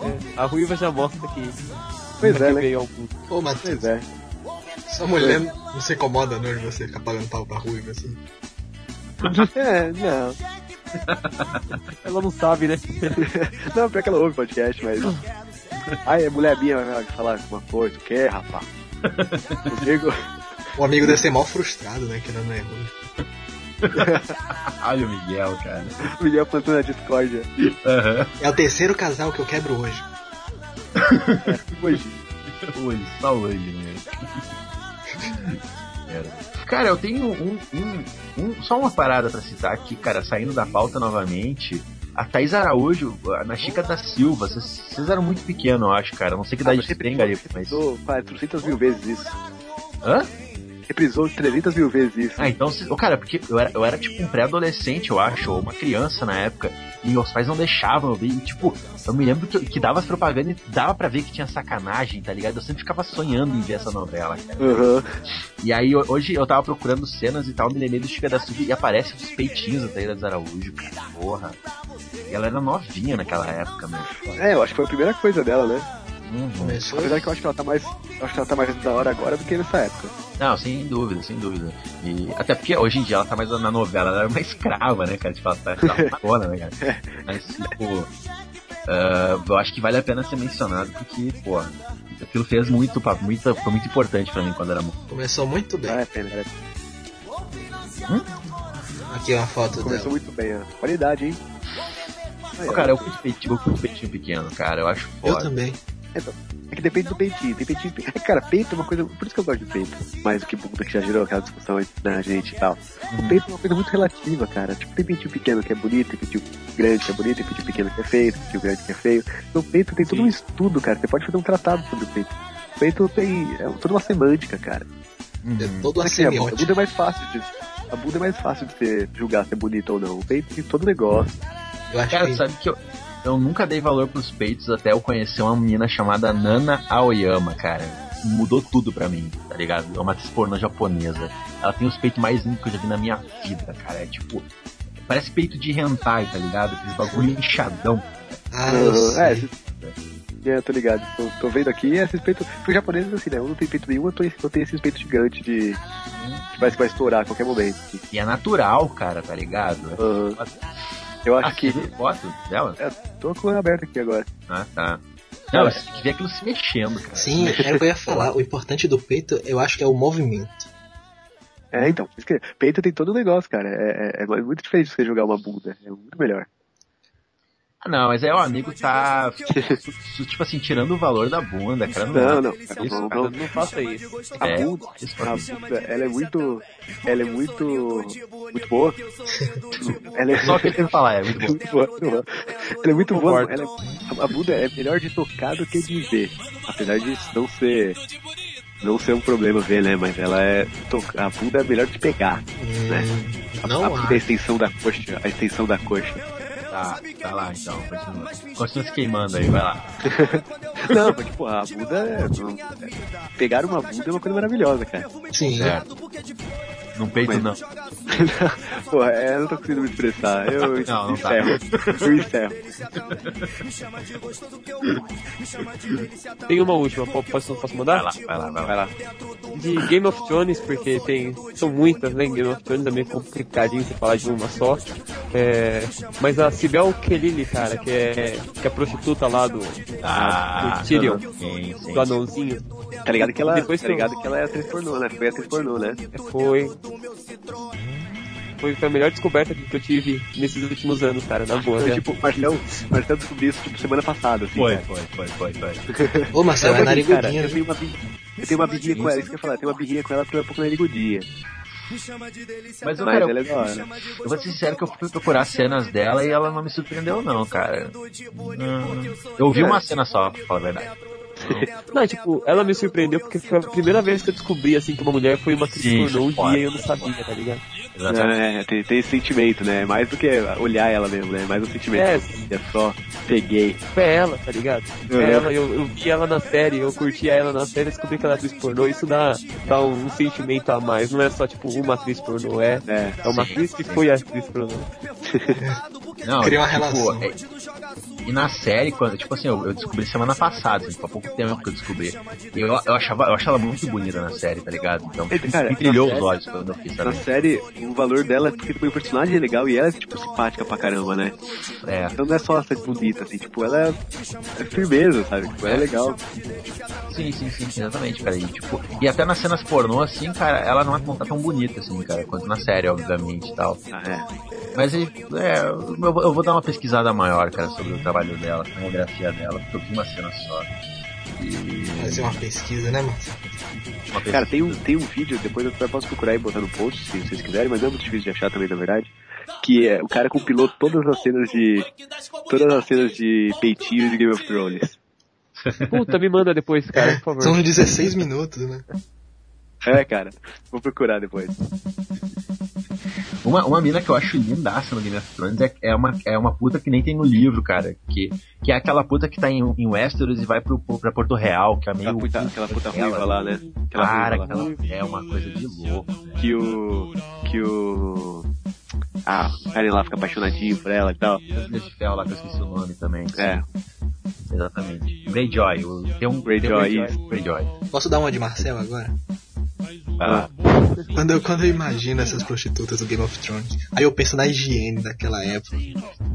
Speaker 3: ó.
Speaker 2: é, a ruiva já mostra que.
Speaker 3: Pois é,
Speaker 2: que
Speaker 3: né?
Speaker 2: veio ao mundo.
Speaker 1: Ô, Matheus,
Speaker 3: Pois é.
Speaker 1: sua mulher não se incomoda não de você ficar pagando pau pra ruiva assim.
Speaker 3: É, não.
Speaker 2: Ela não sabe, né?
Speaker 3: Não, pior que ela ouve podcast, mas. Ai, é mulher minha, ela vai falar alguma coisa. O que, rapaz? Comigo.
Speaker 1: O amigo deve ser mal frustrado, né? Que ela não é ruiva.
Speaker 4: Olha o Miguel, cara.
Speaker 3: Miguel plantando a discórdia.
Speaker 4: Aham.
Speaker 1: É o terceiro casal que eu quebro hoje.
Speaker 3: Hoje.
Speaker 4: Hoje, só hoje, né? Era. Cara, eu tenho um, um- um- só uma parada pra citar aqui, cara, saindo da pauta novamente. A Thaís Araújo, na Chica da Silva, vocês vocês eram muito pequenos, eu acho, cara. Não sei que idade você tem, Garipo, mas.
Speaker 3: Reprisou 400 mil vezes isso.
Speaker 4: Hã?
Speaker 3: Reprisou 300 mil vezes isso.
Speaker 4: Ah, então, se- ô, cara, porque eu era, eu era tipo um pré-adolescente, eu acho, ou uma criança na época, e meus pais não deixavam eu ver, e tipo, eu me lembro que, que dava as propagandas e dava pra ver que tinha sacanagem, tá ligado? Eu sempre ficava sonhando em ver essa novela, cara.
Speaker 3: Aham.
Speaker 4: E aí, ho- hoje eu tava procurando cenas e tal, me lembrei do Chica da Silva e aparece os peitinhos da Taíra dos Araújo, cara, porra. E ela era novinha naquela época, meu.
Speaker 3: É, eu acho que foi a primeira coisa dela, né?
Speaker 4: Uhum.
Speaker 1: Começou
Speaker 3: Apesar que eu acho que ela tá mais. eu acho que ela tá mais da hora agora do que nessa época.
Speaker 4: Não, sem dúvida, sem dúvida. E até porque hoje em dia ela tá mais na novela, ela era uma escrava, né, cara? Tipo, ela tá ela tá fora, né, cara? Mas, tipo, ah, eu acho que vale a pena ser mencionado porque, pô, aquilo fez muito, pa- muita, foi muito importante pra mim quando era muito.
Speaker 1: Começou muito bem.
Speaker 3: Ah, é pena, cara.
Speaker 1: Aqui uma foto
Speaker 3: Começou
Speaker 1: dela.
Speaker 3: muito bem, a qualidade, hein? Aí,
Speaker 4: Pô,
Speaker 3: ó.
Speaker 4: cara, eu curto peitinho, eu curto peitinho pequeno, cara, eu acho
Speaker 1: Eu
Speaker 4: foda.
Speaker 1: também.
Speaker 3: É que depende do peitinho. Tem peitinho. É, cara, peito é uma coisa. Por isso que eu gosto de peito. Mais do que bunda que já gerou aquela discussão entre a gente e tal. O peito é uma coisa muito relativa, cara. Tipo, tem peitinho pequeno que é bonito, tem peitinho grande que é bonito, tem peitinho pequeno que é feio, tem peitinho grande que é feio. Então, o peito tem todo um estudo, cara. Você pode fazer um tratado sobre o peito. O peito tem é, toda uma semântica, cara.
Speaker 4: Uhum.
Speaker 1: É todo
Speaker 3: Não é que nem a bunda. A bunda
Speaker 1: assemiótico.
Speaker 3: é mais fácil de. A bunda é mais fácil de você julgar se é bonito ou não. O peito tem todo um negócio.
Speaker 1: Eu acho
Speaker 4: Cara,
Speaker 1: que
Speaker 4: sabe que eu, eu nunca dei valor pros peitos até eu conhecer uma menina chamada Nana Aoyama, cara. Mudou tudo pra mim, tá ligado? É uma atriz pornô japonesa. Ela tem os peitos mais lindos que eu já vi na minha vida, cara. É tipo. Parece peito de hentai, tá ligado? Aqueles bagulho inchadão.
Speaker 1: Ah, eu
Speaker 3: Uhum. É,
Speaker 1: sei.
Speaker 3: É, tô ligado. Tô, tô vendo aqui é esses peitos. Porque os japoneses, assim, né? Eu não tenho peito nenhum, eu, tô, eu tenho esses peitos gigantes de. que parece que vai estourar a qualquer momento. assim.
Speaker 4: E é natural, cara, tá ligado?
Speaker 3: Aham. Eu acho
Speaker 4: Ah,
Speaker 3: que.
Speaker 4: você viu foto dela?
Speaker 3: Tô com o olho aberto aqui agora.
Speaker 4: Ah, tá. Não, você tem que ver aquilo se mexendo, cara.
Speaker 1: É, Sim, era o que eu ia falar. O importante do peito, eu acho que é o movimento.
Speaker 3: É, então. por isso que Peito tem todo o negócio, cara. É, é- é muito diferente de você jogar uma bunda. É muito melhor.
Speaker 4: Ah, não, mas aí o amigo tá. Tipo assim, tirando o valor da bunda, cara.
Speaker 3: Não, não.
Speaker 4: Isso,
Speaker 3: não,
Speaker 2: Cara,
Speaker 3: não.
Speaker 2: não faça isso.
Speaker 3: A
Speaker 4: É,
Speaker 3: bunda,
Speaker 4: isso
Speaker 3: a bunda, ela é muito. Ela é muito. Muito boa. Ela é
Speaker 4: Só o que ele tem que falar, é muito bom.
Speaker 3: muito boa. muito boa. Ela é muito boa. Ela é- a bunda é melhor de tocar do que de ver. Apesar de isso não ser. Não ser um problema ver, né? Mas ela é. to- A bunda é melhor de pegar.
Speaker 1: Hum,
Speaker 3: A, a
Speaker 1: não
Speaker 3: bunda
Speaker 1: há.
Speaker 3: é a extensão da coxa. A extensão da coxa.
Speaker 4: Tá, tá lá então, continua. Continua se queimando aí, vai lá.
Speaker 3: Não, mas tipo, a bunda é. não- é- Pegar uma bunda é uma coisa maravilhosa, cara.
Speaker 1: Sim,
Speaker 3: É.
Speaker 4: Certo. Não É. peito não.
Speaker 3: Pô, é, eu não tô conseguindo me expressar. Eu
Speaker 4: Não, não tá.
Speaker 3: encerro. Eu encerro.
Speaker 2: Tem uma última, po- posso, posso
Speaker 4: Vai
Speaker 2: mandar?
Speaker 4: lá, vai lá, vai lá.
Speaker 2: De Game of Thrones, porque tem. São muitas, né? Game of Thrones é meio complicadinho você falar de uma só. É, mas a Sibel Kelili, cara, que é, que é a prostituta lá do,
Speaker 4: Ah,
Speaker 2: do Tyrion,
Speaker 4: do anãozinho, sim,
Speaker 2: do anãozinho.
Speaker 3: Tá ligado que ela,
Speaker 2: Depois
Speaker 3: tá
Speaker 2: que eu-
Speaker 3: ligado que ela é atriz pornô, né? Foi atriz pornô, né?
Speaker 2: Foi. Foi, foi a melhor descoberta que eu tive nesses últimos anos, cara, na boa.
Speaker 3: Então,
Speaker 2: né?
Speaker 3: tipo, o Marcel, o Marcel descobriu isso tipo, semana passada, assim.
Speaker 4: Foi,
Speaker 3: cara.
Speaker 4: foi, foi, foi, foi.
Speaker 1: Ô, Marcelo, é
Speaker 3: Eu tenho, cara,
Speaker 1: narigudinho,
Speaker 3: eu
Speaker 1: né?
Speaker 3: tenho uma bi- eu tenho uma birrinha com ela, isso que eu ia falar, eu tenho uma birrinha com ela porque ela é um pouco narigudinha.
Speaker 4: Mas, eu,
Speaker 3: Mas
Speaker 4: cara,
Speaker 3: ela é
Speaker 4: eu,
Speaker 3: da hora.
Speaker 4: eu vou ser sincero que eu fui procurar cenas dela e ela não me surpreendeu, não, cara. Hum, eu vi uma cena só, pra falar a verdade.
Speaker 2: Não, tipo, ela me surpreendeu porque foi a primeira vez que eu descobri, assim, que uma mulher foi uma atriz
Speaker 4: Sim,
Speaker 2: pornô um
Speaker 4: foda.
Speaker 2: dia e eu não sabia, tá ligado?
Speaker 4: Exatamente.
Speaker 3: É, tem, tem esse sentimento, né? Mais do que olhar ela mesmo, né? Mais um sentimento.
Speaker 2: É.
Speaker 3: É só, peguei.
Speaker 2: É ela, tá ligado?
Speaker 3: Uhum.
Speaker 2: É ela, eu, eu vi ela na série, eu curti ela na série, descobri que ela é atriz pornô, isso dá, dá um sentimento a mais, não é só, tipo, uma atriz pornô, é,
Speaker 3: É.
Speaker 2: é uma atriz que foi atriz pornô.
Speaker 4: Não,
Speaker 1: Criou uma
Speaker 4: tipo,
Speaker 1: relação.
Speaker 4: é- e na série, quando, tipo assim, eu, eu descobri semana passada, assim, há pouco tempo que eu descobri. E eu, eu, achava, eu achava ela muito bonita na série, tá ligado? Então,
Speaker 3: Eita, É, cara,
Speaker 4: me brilhou
Speaker 3: na
Speaker 4: os
Speaker 3: série-
Speaker 4: olhos quando eu fiz,
Speaker 3: Na
Speaker 4: sabe?
Speaker 3: série, o valor dela é porque tipo, o personagem é legal e ela é, tipo, simpática pra caramba, né?
Speaker 4: É,
Speaker 3: Então não é só ser bonita, assim, tipo, ela é, é firmeza, sabe? Tipo, ela é legal.
Speaker 4: sim, sim, sim, exatamente, cara. E, tipo, e até nas cenas pornô, assim, cara, ela não é não tá tão bonita, assim, cara, quanto na série, obviamente e tal.
Speaker 3: Ah, é.
Speaker 4: Mas é, é, eu, vou- eu vou dar uma pesquisada maior, cara, sobre o trabalho dela, a filmografia dela, porque eu vi uma cena só. E
Speaker 1: Fazer uma pesquisa, né, Marcelo?
Speaker 4: uma pesquisa.
Speaker 3: Cara, tem um, tem um vídeo, depois eu até posso procurar e botar no post, se vocês quiserem, mas não é muito difícil de achar também, na verdade. Que é, o cara compilou todas as cenas de. Todas as cenas de peitinho de Game of Thrones.
Speaker 2: Puta, me manda depois, cara, por favor.
Speaker 1: São 16 minutos, né?
Speaker 3: É, cara. Vou procurar depois.
Speaker 4: Uma, uma mina que eu acho lindaça no Game of Thrones é, é, uma, é uma puta que nem tem no livro, cara. Que, que é aquela puta que tá em, em Westeros e vai pro, pra Porto Real, que é meio.
Speaker 3: Aquela puta, aquela puta
Speaker 4: aquela-
Speaker 3: ruiva lá, né? Aquela
Speaker 4: Cara,
Speaker 3: ruiva lá.
Speaker 4: aquela é uma coisa de louco. né?
Speaker 3: que o. que o. Ah, o cara lá fica apaixonadinho por ela e tal.
Speaker 4: Filhas de Fel lá, que eu esqueci o nome também.
Speaker 3: É,
Speaker 4: Exatamente. Greyjoy. o- Tem um
Speaker 3: Greyjoy,
Speaker 4: Tem um
Speaker 3: isso.
Speaker 4: Greyjoy.
Speaker 1: Posso dar uma de Marcel agora?
Speaker 4: Vai
Speaker 3: ah.
Speaker 4: lá.
Speaker 1: Quando eu, quando eu imagino essas prostitutas do Game of Thrones, aí eu penso na higiene daquela época.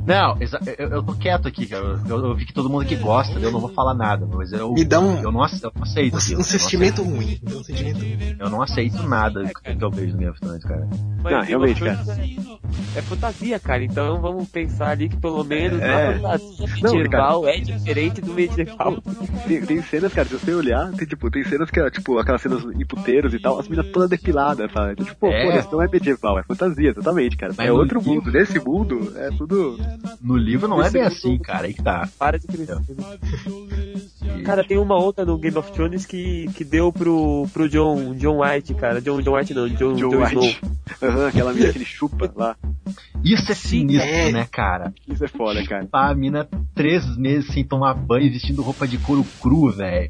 Speaker 4: Não, exa- eu, eu tô quieto aqui, cara. Eu, eu vi que todo mundo aqui gosta, eu não vou falar nada, mas eu,
Speaker 1: Me dá um-
Speaker 4: eu, não, ace- eu não aceito. aquilo, eu
Speaker 1: Um,
Speaker 4: não
Speaker 1: um
Speaker 4: aceito.
Speaker 1: sentimento ruim. Um sentimento ruim.
Speaker 4: Eu não aceito nada que eu vejo no Game of Thrones, cara.
Speaker 2: Mas
Speaker 3: Não,
Speaker 2: tem
Speaker 3: realmente,
Speaker 2: uma coisa- É fantasia, cara, então vamos pensar ali que pelo menos
Speaker 3: É.
Speaker 2: a fantasia
Speaker 3: Não,
Speaker 2: medieval é diferente do medieval.
Speaker 3: Tem, tem cenas, cara, se você olhar, tem, tipo, tem cenas que, é, tipo, aquelas cenas em puteiros e tal, as meninas todas depiladas, sabe? Então, tipo, pô,
Speaker 4: É.
Speaker 3: pô, isso não é medieval, é fantasia, totalmente, cara.
Speaker 4: Mas
Speaker 3: é
Speaker 4: no
Speaker 3: outro
Speaker 4: livro-
Speaker 3: mundo, nesse mundo, é tudo...
Speaker 4: No livro não é
Speaker 2: Esse
Speaker 4: bem
Speaker 2: livro-
Speaker 4: assim, cara, aí que tá.
Speaker 2: Para de crescer. né? Cara, tem uma outra no Game of Thrones que, que deu pro, pro John, John White, cara. John, John White não, John, John,
Speaker 3: John White. Aham, aquela mina que ele chupa lá.
Speaker 4: Isso é sinistro,
Speaker 1: É.
Speaker 4: né, cara?
Speaker 3: Isso é foda, cara.
Speaker 4: Pá, A mina três meses sem tomar banho e vestindo roupa de couro cru, velho.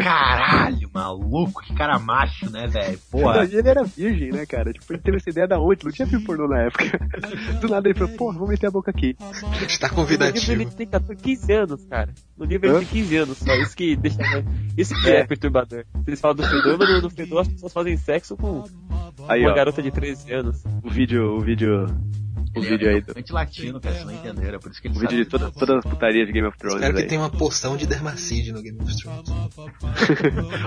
Speaker 4: Caralho, maluco, que cara macho, né, velho?
Speaker 3: Não,
Speaker 4: Porra.
Speaker 3: e ele era virgem, né, cara? Tipo, ele teve essa ideia da onde? Não tinha filme pornô na época. Do nada ele falou, porra, vou meter a boca aqui.
Speaker 1: Está
Speaker 2: No livro ele
Speaker 1: convidativo.
Speaker 2: tem 14, 15 anos, cara. No livro ele
Speaker 3: Hã?
Speaker 2: tem 15 anos só. Isso que, deixa, isso que é.
Speaker 3: É.
Speaker 2: perturbador. Vocês falam do fedor, mas no- no fedor as pessoas fazem sexo com
Speaker 3: Aí,
Speaker 2: uma
Speaker 3: ó,
Speaker 2: garota de 13 anos.
Speaker 3: o vídeo, o vídeo... O
Speaker 4: Ele
Speaker 3: vídeo
Speaker 4: é
Speaker 3: aí do...
Speaker 4: totalmente latino, cara, vocês não entenderam, é por isso que ele
Speaker 3: O vídeo de
Speaker 4: sabe.
Speaker 3: toda- todas as putarias de Game of Thrones
Speaker 2: é.
Speaker 1: Espero que
Speaker 3: aí.
Speaker 1: tenha uma poção de dermacide no Game of Thrones.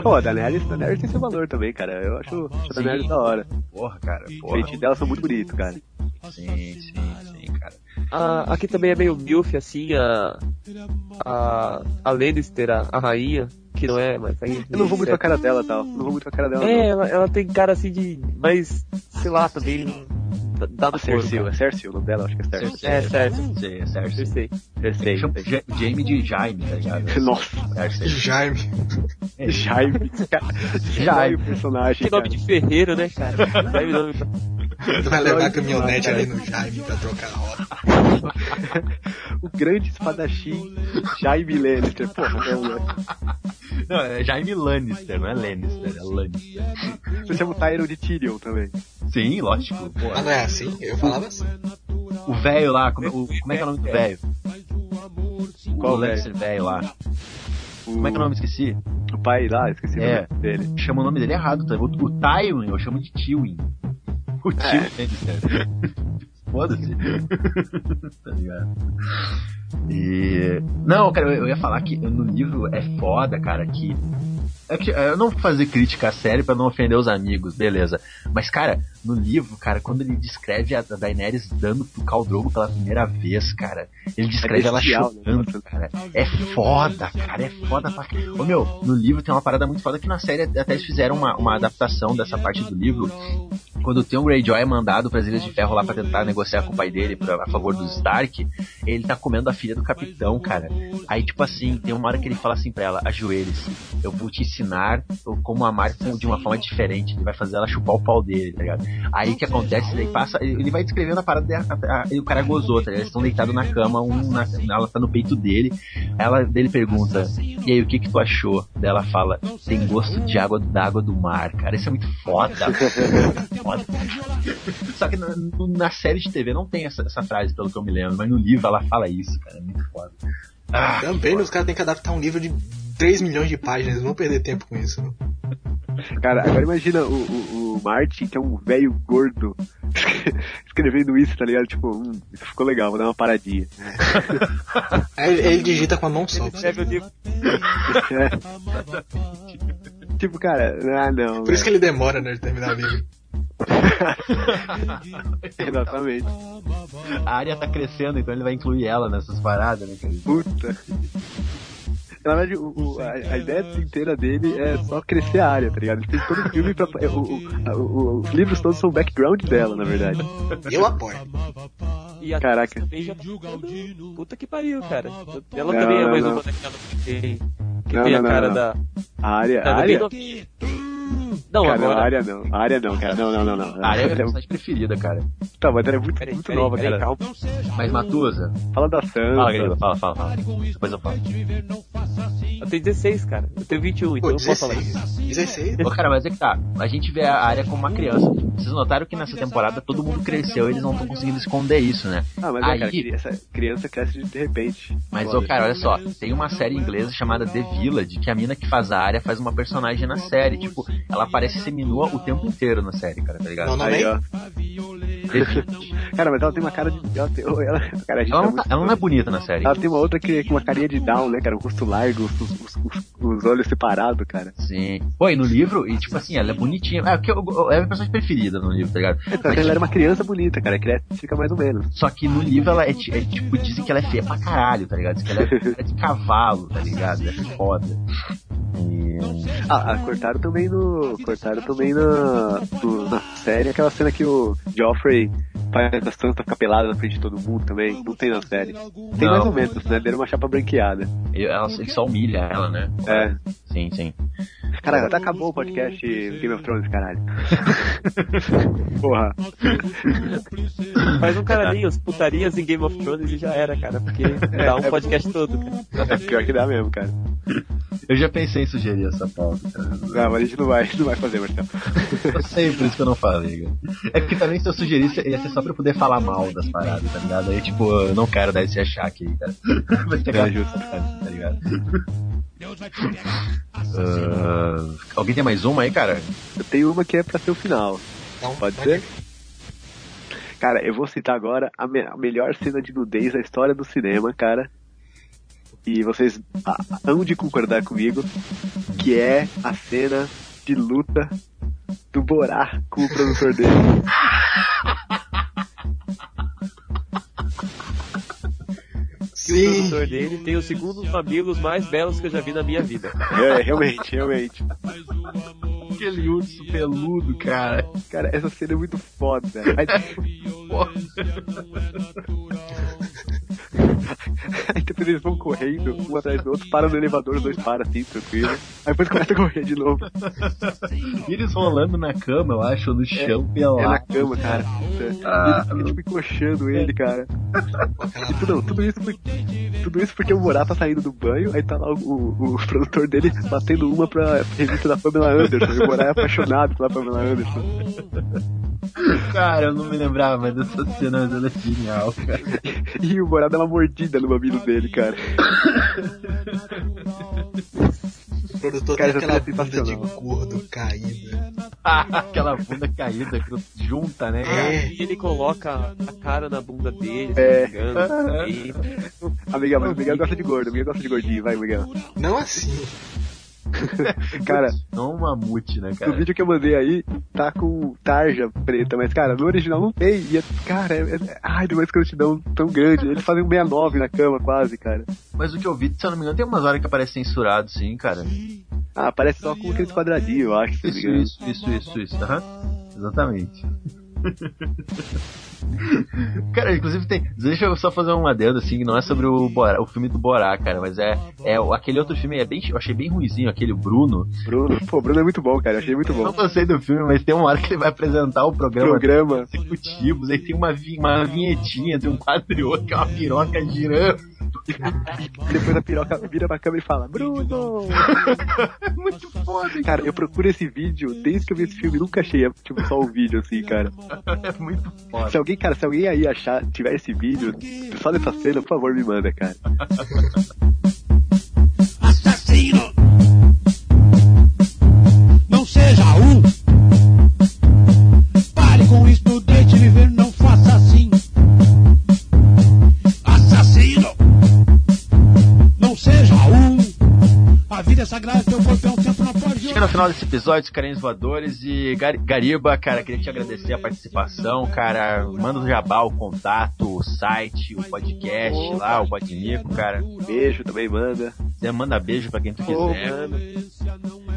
Speaker 3: Ó, a Daenerys, Daenerys tem seu valor também, cara. Eu acho a Daenerys da hora.
Speaker 4: Porra, cara,
Speaker 3: Os
Speaker 4: porra.
Speaker 3: peitinhos dela são muito bonitos, cara.
Speaker 4: Sim, sim, sim, cara.
Speaker 2: A, aqui também é meio milf, assim, a. A, a Lannister, a, a rainha, que não é, mas aí.
Speaker 3: Eu não vou muito com a cara dela tal. Não vou muito com a cara dela,
Speaker 2: É,
Speaker 3: não.
Speaker 2: ela, ela tem cara assim de. Mas, sei lá, também. dá- Dá
Speaker 3: A
Speaker 2: do couro.
Speaker 3: Cersei, é Cersei o nome dela, acho que é Cersei.
Speaker 2: É, certo.
Speaker 4: Cersei, Cersei.
Speaker 2: Cersei.
Speaker 3: Cersei.
Speaker 4: Chama Ja- Jamie de Jaime, tá ligado?
Speaker 3: Nossa,
Speaker 1: E
Speaker 4: Cersei.
Speaker 1: Jaime.
Speaker 4: É,
Speaker 3: Jaime, cara. Jaime, o personagem,
Speaker 2: Que nome
Speaker 3: cara.
Speaker 2: de ferreiro, né, cara? Sabe o nome pra-
Speaker 1: Tu vai levar a caminhonete ali no Jaime pra trocar a roda.
Speaker 3: O grande espadachim, Jaime Lannister. Porra, não, né?
Speaker 4: Não, é Jaime Lannister, não é Lannister, é Lannister.
Speaker 3: Você chama o Tyrion de Tyrion também.
Speaker 4: Sim, lógico. porra.
Speaker 1: Mas não é assim? Eu falava assim.
Speaker 4: O velho lá, como, o- como é que é o nome do velho?
Speaker 3: Qual
Speaker 4: o Lannister velho lá.
Speaker 3: O,
Speaker 4: Como é que é o nome? Esqueci.
Speaker 3: O pai lá, esqueci
Speaker 4: É.
Speaker 3: o nome dele.
Speaker 4: Chama o nome dele É. errado. Tá? O, o Tywin, eu chamo de Tywin. O Tywin Lannister. né, foda-se. tá ligado? E. Não, cara, eu, eu ia falar que no livro é foda, cara, que. É porque é, eu não vou fazer crítica a série pra não ofender os amigos, beleza. Mas, cara, no livro, cara, quando ele descreve a Daenerys dando pro Caldrogo pela primeira vez, cara, ele descreve ela
Speaker 3: bestial, né?
Speaker 4: chorando, cara. É foda, cara, é foda pra. Ô, meu, no livro tem uma parada muito foda que na série até eles fizeram uma, uma adaptação dessa parte do livro. Quando o Theon Greyjoy é mandado pras Ilhas de Ferro lá pra tentar negociar com o pai dele pra, a favor dos Stark, ele tá comendo a filha do capitão, cara. Aí, tipo assim, tem uma hora que ele fala assim pra ela: ajoelhe-se, eu vou te ensinar eu- como amar com- de uma forma diferente. Ele vai fazer ela chupar o pau dele, tá ligado? Aí o que acontece, ele passa, ele ele vai descrevendo a parada e, a- a- e o cara gozou, tá ligado? Eles estão deitados na cama, um na, ela tá no peito dele. Ela dele pergunta: E aí, o que que tu achou? Daí Ela fala: Tem gosto de água da água do mar, cara. Isso é muito foda. foda. Só que na, no- na série de TV não tem essa, essa frase, pelo que eu me lembro, mas no livro ela fala isso, cara. É muito foda. Ah,
Speaker 1: Também os caras têm que adaptar um livro de 3 milhões de páginas, eles não vão perder tempo com isso. né? não.
Speaker 3: Cara, agora imagina o, o, o Martin, que é um velho gordo, escrevendo isso, tá ligado? Tipo, hum, isso ficou legal, vou dar uma paradinha.
Speaker 1: Aí ele, ele digita com a mão só.
Speaker 2: Escreve o livro.
Speaker 3: tipo, cara, ah, não.
Speaker 1: Por isso que ele demora, né, de terminar o livro.
Speaker 3: Exatamente.
Speaker 4: a área tá crescendo, então ele vai incluir ela nessas paradas, né, cara?
Speaker 3: Puta. Na verdade, o- o- a, a ideia inteira dele é só crescer a área, tá ligado? Ele fez todo o filme pra. é, o- o- a- o- os livros todos são o background dela, na verdade.
Speaker 1: Eu apoio.
Speaker 2: E a
Speaker 3: Caraca.
Speaker 2: também já tá ficando- Puta que pariu, cara. Ela
Speaker 3: Não,
Speaker 2: também é
Speaker 3: não,
Speaker 2: mais
Speaker 3: não.
Speaker 2: uma daquela que tem, que
Speaker 3: Não,
Speaker 2: tem a
Speaker 3: não, não,
Speaker 2: cara
Speaker 3: não.
Speaker 2: da.
Speaker 3: A área.
Speaker 2: da
Speaker 3: A área?
Speaker 2: Não, é não
Speaker 3: Cara, não, a
Speaker 2: agora.
Speaker 3: área não. A área não, cara. Não, não, não, não.
Speaker 4: A área é a minha personagem preferida, cara.
Speaker 3: Tá, mas ela é muito,
Speaker 2: Peraí,
Speaker 3: muito
Speaker 2: peraí,
Speaker 3: nova,
Speaker 2: peraí,
Speaker 3: cara.
Speaker 2: calma.
Speaker 4: Mas Matusa,
Speaker 3: Fala da
Speaker 4: fala,
Speaker 3: Sansa.
Speaker 4: Grilo, fala, fala, fala. Depois eu falo.
Speaker 2: Eu tenho 16, cara. Eu tenho 21, então
Speaker 1: Pô,
Speaker 2: eu posso falar.
Speaker 1: 16. 16?
Speaker 4: Ô, cara, mas é que tá. A gente vê a área como uma criança. Vocês notaram que nessa temporada todo mundo cresceu e eles não estão conseguindo esconder isso, né?
Speaker 3: Ah, mas é,
Speaker 4: Aí-
Speaker 3: cara, que essa criança cresce de repente.
Speaker 4: Mas, ô,
Speaker 3: Foda.
Speaker 4: cara, olha só, tem uma série inglesa chamada The Village, que a mina que faz a área faz uma personagem na série. Tipo, ela parece seminua o tempo inteiro na série, cara, tá ligado?
Speaker 1: Não, não.
Speaker 3: Aí,
Speaker 1: Também?
Speaker 3: ó.
Speaker 4: The Village.
Speaker 3: Cara, mas ela tem uma cara de. Ela tem... ela- Cara, a gente
Speaker 4: Ela, não
Speaker 3: tá muito-
Speaker 4: tá- ela não é bonita na série.
Speaker 3: Ela tá tem uma outra que com uma carinha de down, né, cara? O rosto largo, os, os- os- os olhos separados, cara.
Speaker 4: Sim. Pô, e no livro, e tipo assim, ela é bonitinha. É, o que eu- eu- é a minha personagem preferida no livro, tá ligado?
Speaker 3: Só que ela era uma criança bonita, cara. Cresce e fica mais ou menos.
Speaker 4: Só que no livro ela é, ti- é, tipo, dizem que ela é feia pra caralho, tá ligado? Diz que ela é cara de cavalo, tá ligado? É foda. E...
Speaker 3: Ah, ah, cortaram também no. Cortaram também na, no- na série aquela cena que o Joffrey faz da Santa ficar pelada na frente de todo mundo também. Não tem na série. Tem
Speaker 4: Não.
Speaker 3: mais ou menos, né? Deram uma chapa branqueada.
Speaker 4: Ele, ela, ele só humilha ela, né?
Speaker 3: É.
Speaker 4: Sim, sim.
Speaker 3: Cara, até acabou o podcast Game of Thrones, caralho. Porra.
Speaker 2: Faz um caralhinho, putarias em Game of Thrones e já era, cara. Porque dá um podcast todo, cara.
Speaker 3: É pior que dá mesmo, cara.
Speaker 4: Eu já pensei em sugerir essa pauta, cara.
Speaker 3: Não, mas a gente não vai, não vai fazer, Marcelo.
Speaker 4: Eu sei, por É isso que eu não falei, cara. É porque também se eu sugerisse, ia ser só pra eu poder falar mal das paradas, tá ligado? Aí, tipo, eu não quero dar esse achaque aí, cara. Vai ter aquela justa, tá ligado? Ah, alguém tem mais uma aí, cara?
Speaker 3: Eu tenho uma que é pra ser o final.
Speaker 1: Então,
Speaker 3: Pode
Speaker 1: vai
Speaker 3: ser? Cara, eu vou citar agora a, me- a melhor cena de nudez da história do cinema, cara. E vocês ah, hão de concordar comigo, que é a cena de luta do Borá com o produtor dele.
Speaker 2: O
Speaker 1: Sim.
Speaker 2: produtor dele tem os segundos mamilos mais belos que eu já vi na minha vida.
Speaker 3: É, realmente, realmente.
Speaker 4: Aquele urso peludo, cara.
Speaker 3: Cara, essa cena é muito foda. Aí, tipo,
Speaker 4: é
Speaker 3: aí depois eles vão correndo, um atrás do outro, para no elevador, os dois param assim, tranquilo. Aí depois começa a correr de novo.
Speaker 4: E eles rolando na cama, eu acho, no chão, pelado.
Speaker 3: É na cama, cara. Puta.
Speaker 4: Ah.
Speaker 3: Ele fica, tipo, encoxando ele, cara.
Speaker 1: aquela-
Speaker 3: E tudo, tudo isso porque, tudo isso porque o Morá tá saindo do banho, aí tá lá o, o, o produtor dele batendo uma pra revista da Pamela Anderson. E o Morá é apaixonado pela Pamela Anderson.
Speaker 4: Cara, eu não me lembrava, mas essa cena ela é genial, cara.
Speaker 3: E o Morá dá uma mordida no mamilo dele, cara.
Speaker 1: O produtor
Speaker 3: Cara,
Speaker 1: tem aquela
Speaker 3: essa cena é
Speaker 1: bunda de
Speaker 3: sensacional.
Speaker 1: gordo caída.
Speaker 4: Aquela bunda caída, junta, né?
Speaker 2: É. E ele coloca a cara na bunda dele,
Speaker 3: É.
Speaker 2: brincando, assim.
Speaker 3: Miguel, mas o Miguel gosta de gordo, o Miguel gosta de gordinho, vai, Miguel.
Speaker 1: Não assim.
Speaker 3: Cara,
Speaker 4: Não um mamute, né,
Speaker 3: o
Speaker 4: cara?
Speaker 3: vídeo que eu mandei aí tá com tarja preta, mas, cara, no original não tem. E, é- cara, é, é, ai, de uma escrotidão tão grande. Eles fazem um 69 na cama, quase, cara.
Speaker 4: Mas o que eu vi, se eu não me engano, tem umas horas que aparece censurado, sim, cara.
Speaker 3: Ah, parece só com aqueles quadradinhos, eu acho, se não me
Speaker 4: Isso,
Speaker 3: engano.
Speaker 4: isso, isso, isso, isso. aham. Exatamente. cara, inclusive tem. Deixa eu só fazer um adendo, assim, que não é sobre o, Borá, o filme do Borá, cara, mas é, é o- aquele outro filme, é bem, eu achei bem ruizinho, aquele o Bruno.
Speaker 3: Bruno, pô, Bruno é muito bom, cara, eu achei muito
Speaker 4: Eu
Speaker 3: bom.
Speaker 4: não gostei do filme, mas tem uma hora que ele vai apresentar o programa
Speaker 3: Programa.
Speaker 4: executivos, aí tem uma, vi- uma vinhetinha entre um quadro e outro, que é uma piroca girando.
Speaker 3: Depois a piroca vira pra câmera e fala, Bruno!
Speaker 4: Muito foda,
Speaker 3: Cara, eu procuro esse vídeo desde que eu vi esse filme, nunca achei, tipo, só o vídeo assim, cara.
Speaker 4: é muito foda.
Speaker 3: Se alguém, cara, se alguém aí achar, tiver esse vídeo, só dessa cena, por favor, me manda, cara.
Speaker 8: Assassino! Não seja um! Pare com isso, não deixe viver, não faça assim! Assassino! Não seja um! A vida é sagrada, teu corpo é um tempo, não pode
Speaker 4: Chega no final desse episódio, carinhos voadores e Gar- Gariba, cara, queria te agradecer a participação, cara. Manda o jabá, o contato, o site, o podcast lá, o Podnico, cara.
Speaker 3: Beijo também, manda.
Speaker 4: Você manda beijo pra quem tu
Speaker 2: Ô,
Speaker 4: quiser.
Speaker 2: mano.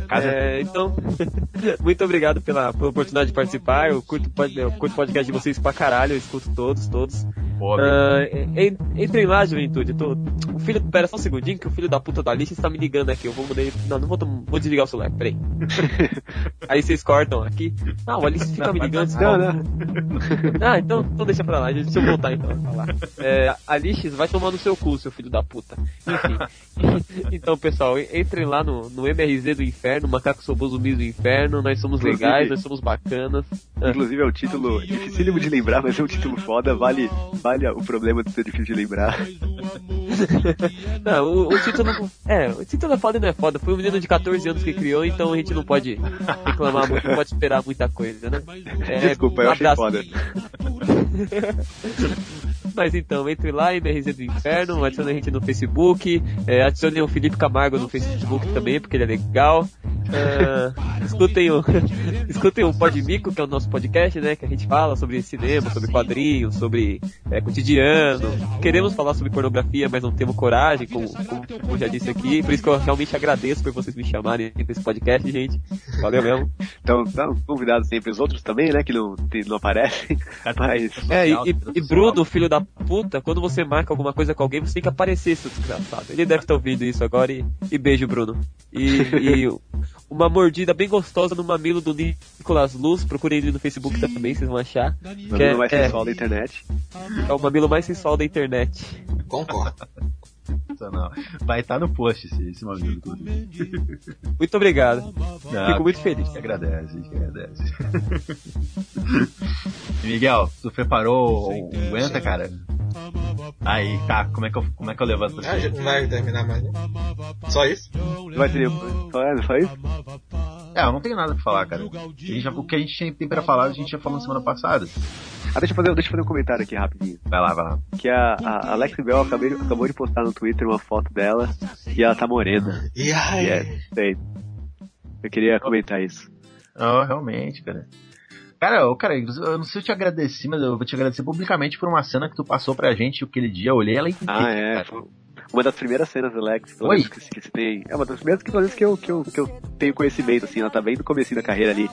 Speaker 4: Casa
Speaker 2: É, então, muito obrigado pela, pela oportunidade de participar. Eu curto, pod- eu curto o podcast de vocês pra caralho, eu escuto todos, todos.
Speaker 4: pobre.
Speaker 2: Ah, en- entrem lá, juventude. eu Tô... O filho. Pera só um segundinho, que o filho da puta da lixa está me ligando aqui. Eu vou mudar. ele- Não, não vou, tom- vou desligar o celular, peraí. Aí vocês cortam aqui. Não, o Alice fica me ligando.
Speaker 3: Não,
Speaker 2: Não,
Speaker 3: não.
Speaker 2: Ah, então, então deixa pra lá, deixa eu voltar então a falar. É, Alice, vai tomar no seu cu, seu filho da puta. Enfim. então, pessoal, en- entrem lá no, no MRZ do Inferno, Macaco Sobu Zumbi do Inferno. Nós somos
Speaker 3: Inclusive-
Speaker 2: legais, nós somos bacanas.
Speaker 3: Inclusive é um título dificílimo de lembrar, mas é um título foda, vale, vale o problema de ser difícil de lembrar.
Speaker 2: Não, o, o título não. É, o título é foda e não é foda. Foi um menino de 14 anos que criou, então a gente não pode reclamar muito, não pode esperar muita coisa, né? É,
Speaker 3: Desculpa, eu achei
Speaker 2: abraço.
Speaker 3: foda.
Speaker 2: Mas então, entre lá em MRZ do Inferno, adicione a gente no Facebook, é, adicione o Felipe Camargo no Facebook também, porque ele é legal. Ah, escutem o escutem o Podmico, que é o nosso podcast, né? Que a gente fala sobre cinema, sobre quadrinhos, sobre é, cotidiano. Queremos falar sobre pornografia, mas não temos coragem, como, como eu já disse aqui. Por isso que eu realmente agradeço por vocês me chamarem aqui pra esse podcast, gente. Valeu mesmo.
Speaker 3: Então, tá convidado sempre os outros também, né, que não, que não aparecem. Mas,
Speaker 2: É, e, e, e Bruno, filho da puta, quando você marca alguma coisa com alguém, você tem que aparecer, seu desgraçado. Ele deve estar ouvindo isso agora e, e beijo, Bruno. E, e uma mordida bem gostosa no mamilo do Nicolas Luz, procurem ele no Facebook também, vocês vão achar.
Speaker 3: não
Speaker 2: Que é,
Speaker 3: mais
Speaker 2: é,
Speaker 3: sensual da internet.
Speaker 2: é o mamilo mais sensual da internet.
Speaker 1: Concordo.
Speaker 4: sensacional. Vai estar no post esse, esse mamilo, inclusive.
Speaker 2: Muito obrigado.
Speaker 4: Não,
Speaker 2: Fico muito feliz.
Speaker 4: a gente agradece, a gente agradece. Miguel, tu preparou o o aguenta, cara? Aí, tá, como é que eu, como é que eu levanto pra
Speaker 1: Ah, já
Speaker 4: você?
Speaker 1: não vai terminar mais. né? Só isso?
Speaker 3: Vai ter só, só isso?
Speaker 4: É, eu não tenho nada pra falar, cara. A gente já- o que a gente tinha- tem pra falar, a gente já falou na semana passada.
Speaker 3: Ah, deixa eu fazer, deixa eu fazer um comentário aqui rapidinho.
Speaker 4: Vai lá, vai lá.
Speaker 3: que a, a Alex Bell acabei- acabou de postar no Twitter uma foto dela e ela tá morena.
Speaker 1: E aí?
Speaker 3: E é, sei. Eu queria comentar isso.
Speaker 4: Ah, realmente, cara. Cara, eu, cara, inclusive, eu não sei se eu te agradeci, mas eu vou te agradecer publicamente por uma cena que tu passou pra gente aquele dia. Eu olhei ela inteira.
Speaker 3: Ah, é.
Speaker 4: cara.
Speaker 3: Uma das primeiras cenas da Alex, pelo
Speaker 4: Oi.
Speaker 3: menos que, que se tem. É uma das primeiras que, pelo menos que, eu, que, eu, que eu tenho conhecimento, assim, ela tá bem no começo da carreira ali.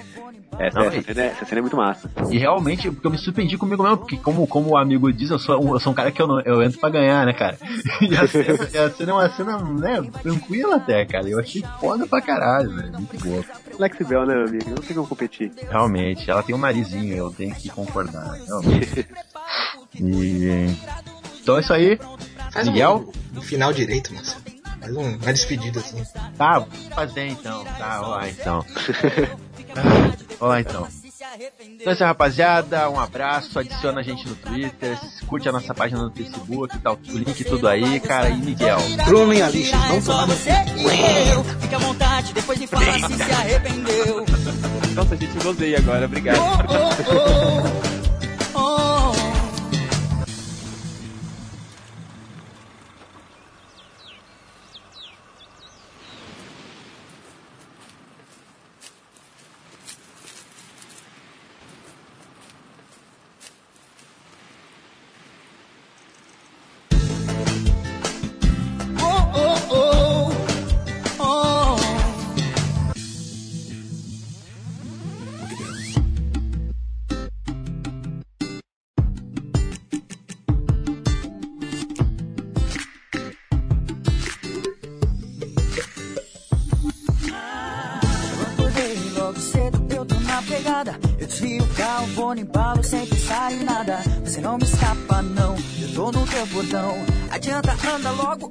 Speaker 3: Essa,
Speaker 4: Não,
Speaker 3: essa
Speaker 4: e-
Speaker 3: cena, é- essa cena é muito massa.
Speaker 4: E realmente, porque eu me surpreendi comigo mesmo, porque como, como o amigo diz, eu sou, um- eu sou um cara que eu, não, eu entro pra ganhar, né, cara? E a cena, e a cena é uma cena, né, tranquila até, cara. Eu achei foda pra caralho, velho. Muito boa.
Speaker 3: Alex Bell, né, meu amigo? Não tem como competir.
Speaker 4: Realmente, ela tem um narizinho, eu tenho que concordar, realmente. E- Então é isso aí.
Speaker 1: Faz
Speaker 4: Miguel?
Speaker 1: um final direito, Marcelo. Faz um, uma despedida assim.
Speaker 4: Tá, vou fazer então. Tá, vamos lá então. Vamos lá então. Então é isso, aí, rapaziada. Um abraço. Adiciona a gente no Twitter. Curte a nossa página no Facebook. Tá o link tudo aí, cara. E Miguel.
Speaker 1: Bruno e Alice,
Speaker 10: É
Speaker 1: vamos
Speaker 10: só
Speaker 1: tomar.
Speaker 10: você e eu. Fica à vontade, depois me fala se se arrependeu.
Speaker 2: Nossa, a gente gozei agora, obrigado.
Speaker 9: Oh, oh, oh.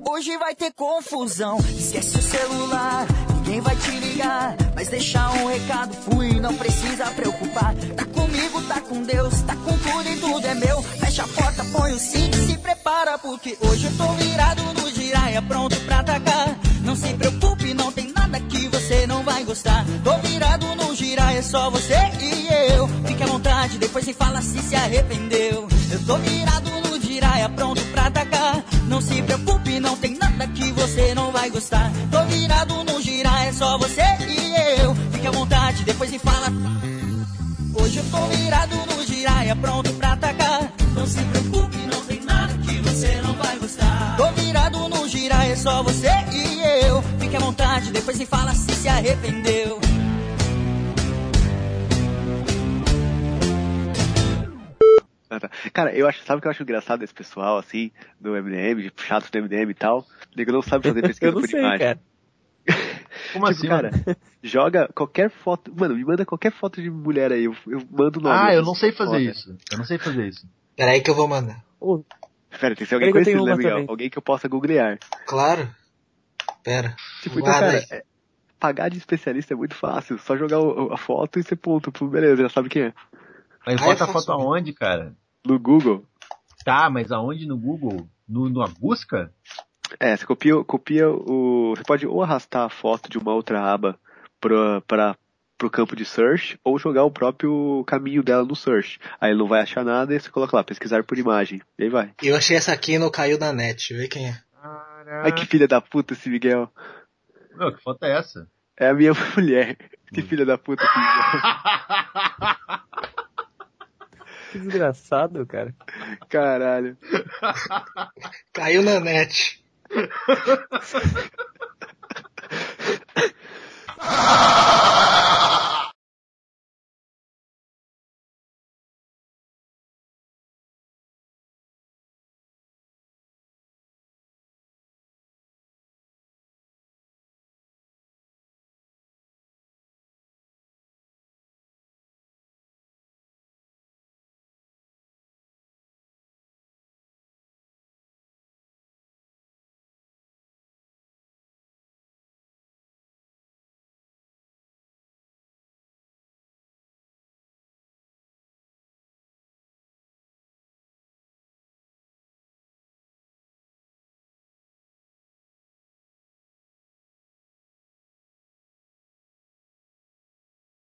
Speaker 11: hoje vai ter confusão. Esquece o celular, ninguém vai te ligar. Mas deixar um recado, fui, não precisa preocupar. Tá comigo, tá com Deus, tá com tudo e tudo é meu. Fecha a porta, põe o cinto e se prepara, porque hoje eu tô virado no giraia, pronto pra atacar. Não se preocupe, não tem nada que você não vai gostar. Tô virado no giraia, é só você e eu. Fique à vontade, depois se fala se se arrependeu. Eu tô virado no giraia, pronto pra atacar. Não se preocupe, não tem nada que você não vai gostar. Tô virado no girar, é só você e eu. Fique à vontade, depois me fala. Hoje eu tô virado no girar, é pronto pra atacar. Não se preocupe, não tem nada que você não vai gostar. Tô virado no girar, é só você e eu. Fique à vontade, depois me fala se se arrependeu.
Speaker 3: Ah, tá. Cara, eu acho, sabe o que eu acho engraçado desse pessoal, assim, do MDM, de chato do MDM e tal? Nego não sabe fazer pesquisa
Speaker 2: eu não
Speaker 3: por
Speaker 2: sei,
Speaker 3: imagem.
Speaker 2: Cara.
Speaker 3: Como tipo, assim, cara, joga qualquer foto. Mano, me manda qualquer foto de mulher aí, eu, eu mando o nome.
Speaker 4: Ah, eu
Speaker 3: assim,
Speaker 4: não sei fazer
Speaker 3: foda.
Speaker 4: isso. Eu não sei fazer isso.
Speaker 1: Pera aí que eu vou mandar.
Speaker 2: Ô,
Speaker 3: Pera, tem que ser alguém
Speaker 2: Peraí que eu
Speaker 3: conhecido,
Speaker 2: tenho
Speaker 3: né,
Speaker 2: uma
Speaker 3: Miguel?
Speaker 2: também.
Speaker 3: Alguém que eu possa googlear.
Speaker 1: Claro. Pera.
Speaker 3: Tipo, então,
Speaker 1: guarda
Speaker 3: cara,
Speaker 1: aí.
Speaker 3: é- pagar de especialista é muito fácil. Só jogar o- a foto e você ponto. Pô, Beleza, já sabe quem é.
Speaker 4: Mas
Speaker 1: Ah,
Speaker 4: bota
Speaker 1: eu
Speaker 4: a
Speaker 1: faço
Speaker 4: foto aonde, cara?
Speaker 3: No Google.
Speaker 4: Tá, mas aonde no Google? No, numa busca?
Speaker 3: É, você copia, copia o. Você pode ou arrastar a foto de uma outra aba pra, pra, pro campo de search, ou jogar o próprio caminho dela no search. Aí ele não vai achar nada e você coloca lá, pesquisar por imagem. E aí vai.
Speaker 1: Eu achei essa aqui no Caiu da Net, vê quem é.
Speaker 3: Ai que filha da puta esse Miguel.
Speaker 4: Meu, que foto é essa?
Speaker 3: É a minha mulher. Que filha da puta esse Miguel.
Speaker 2: que desgraçado, cara.
Speaker 3: Caralho.
Speaker 1: Caiu na net.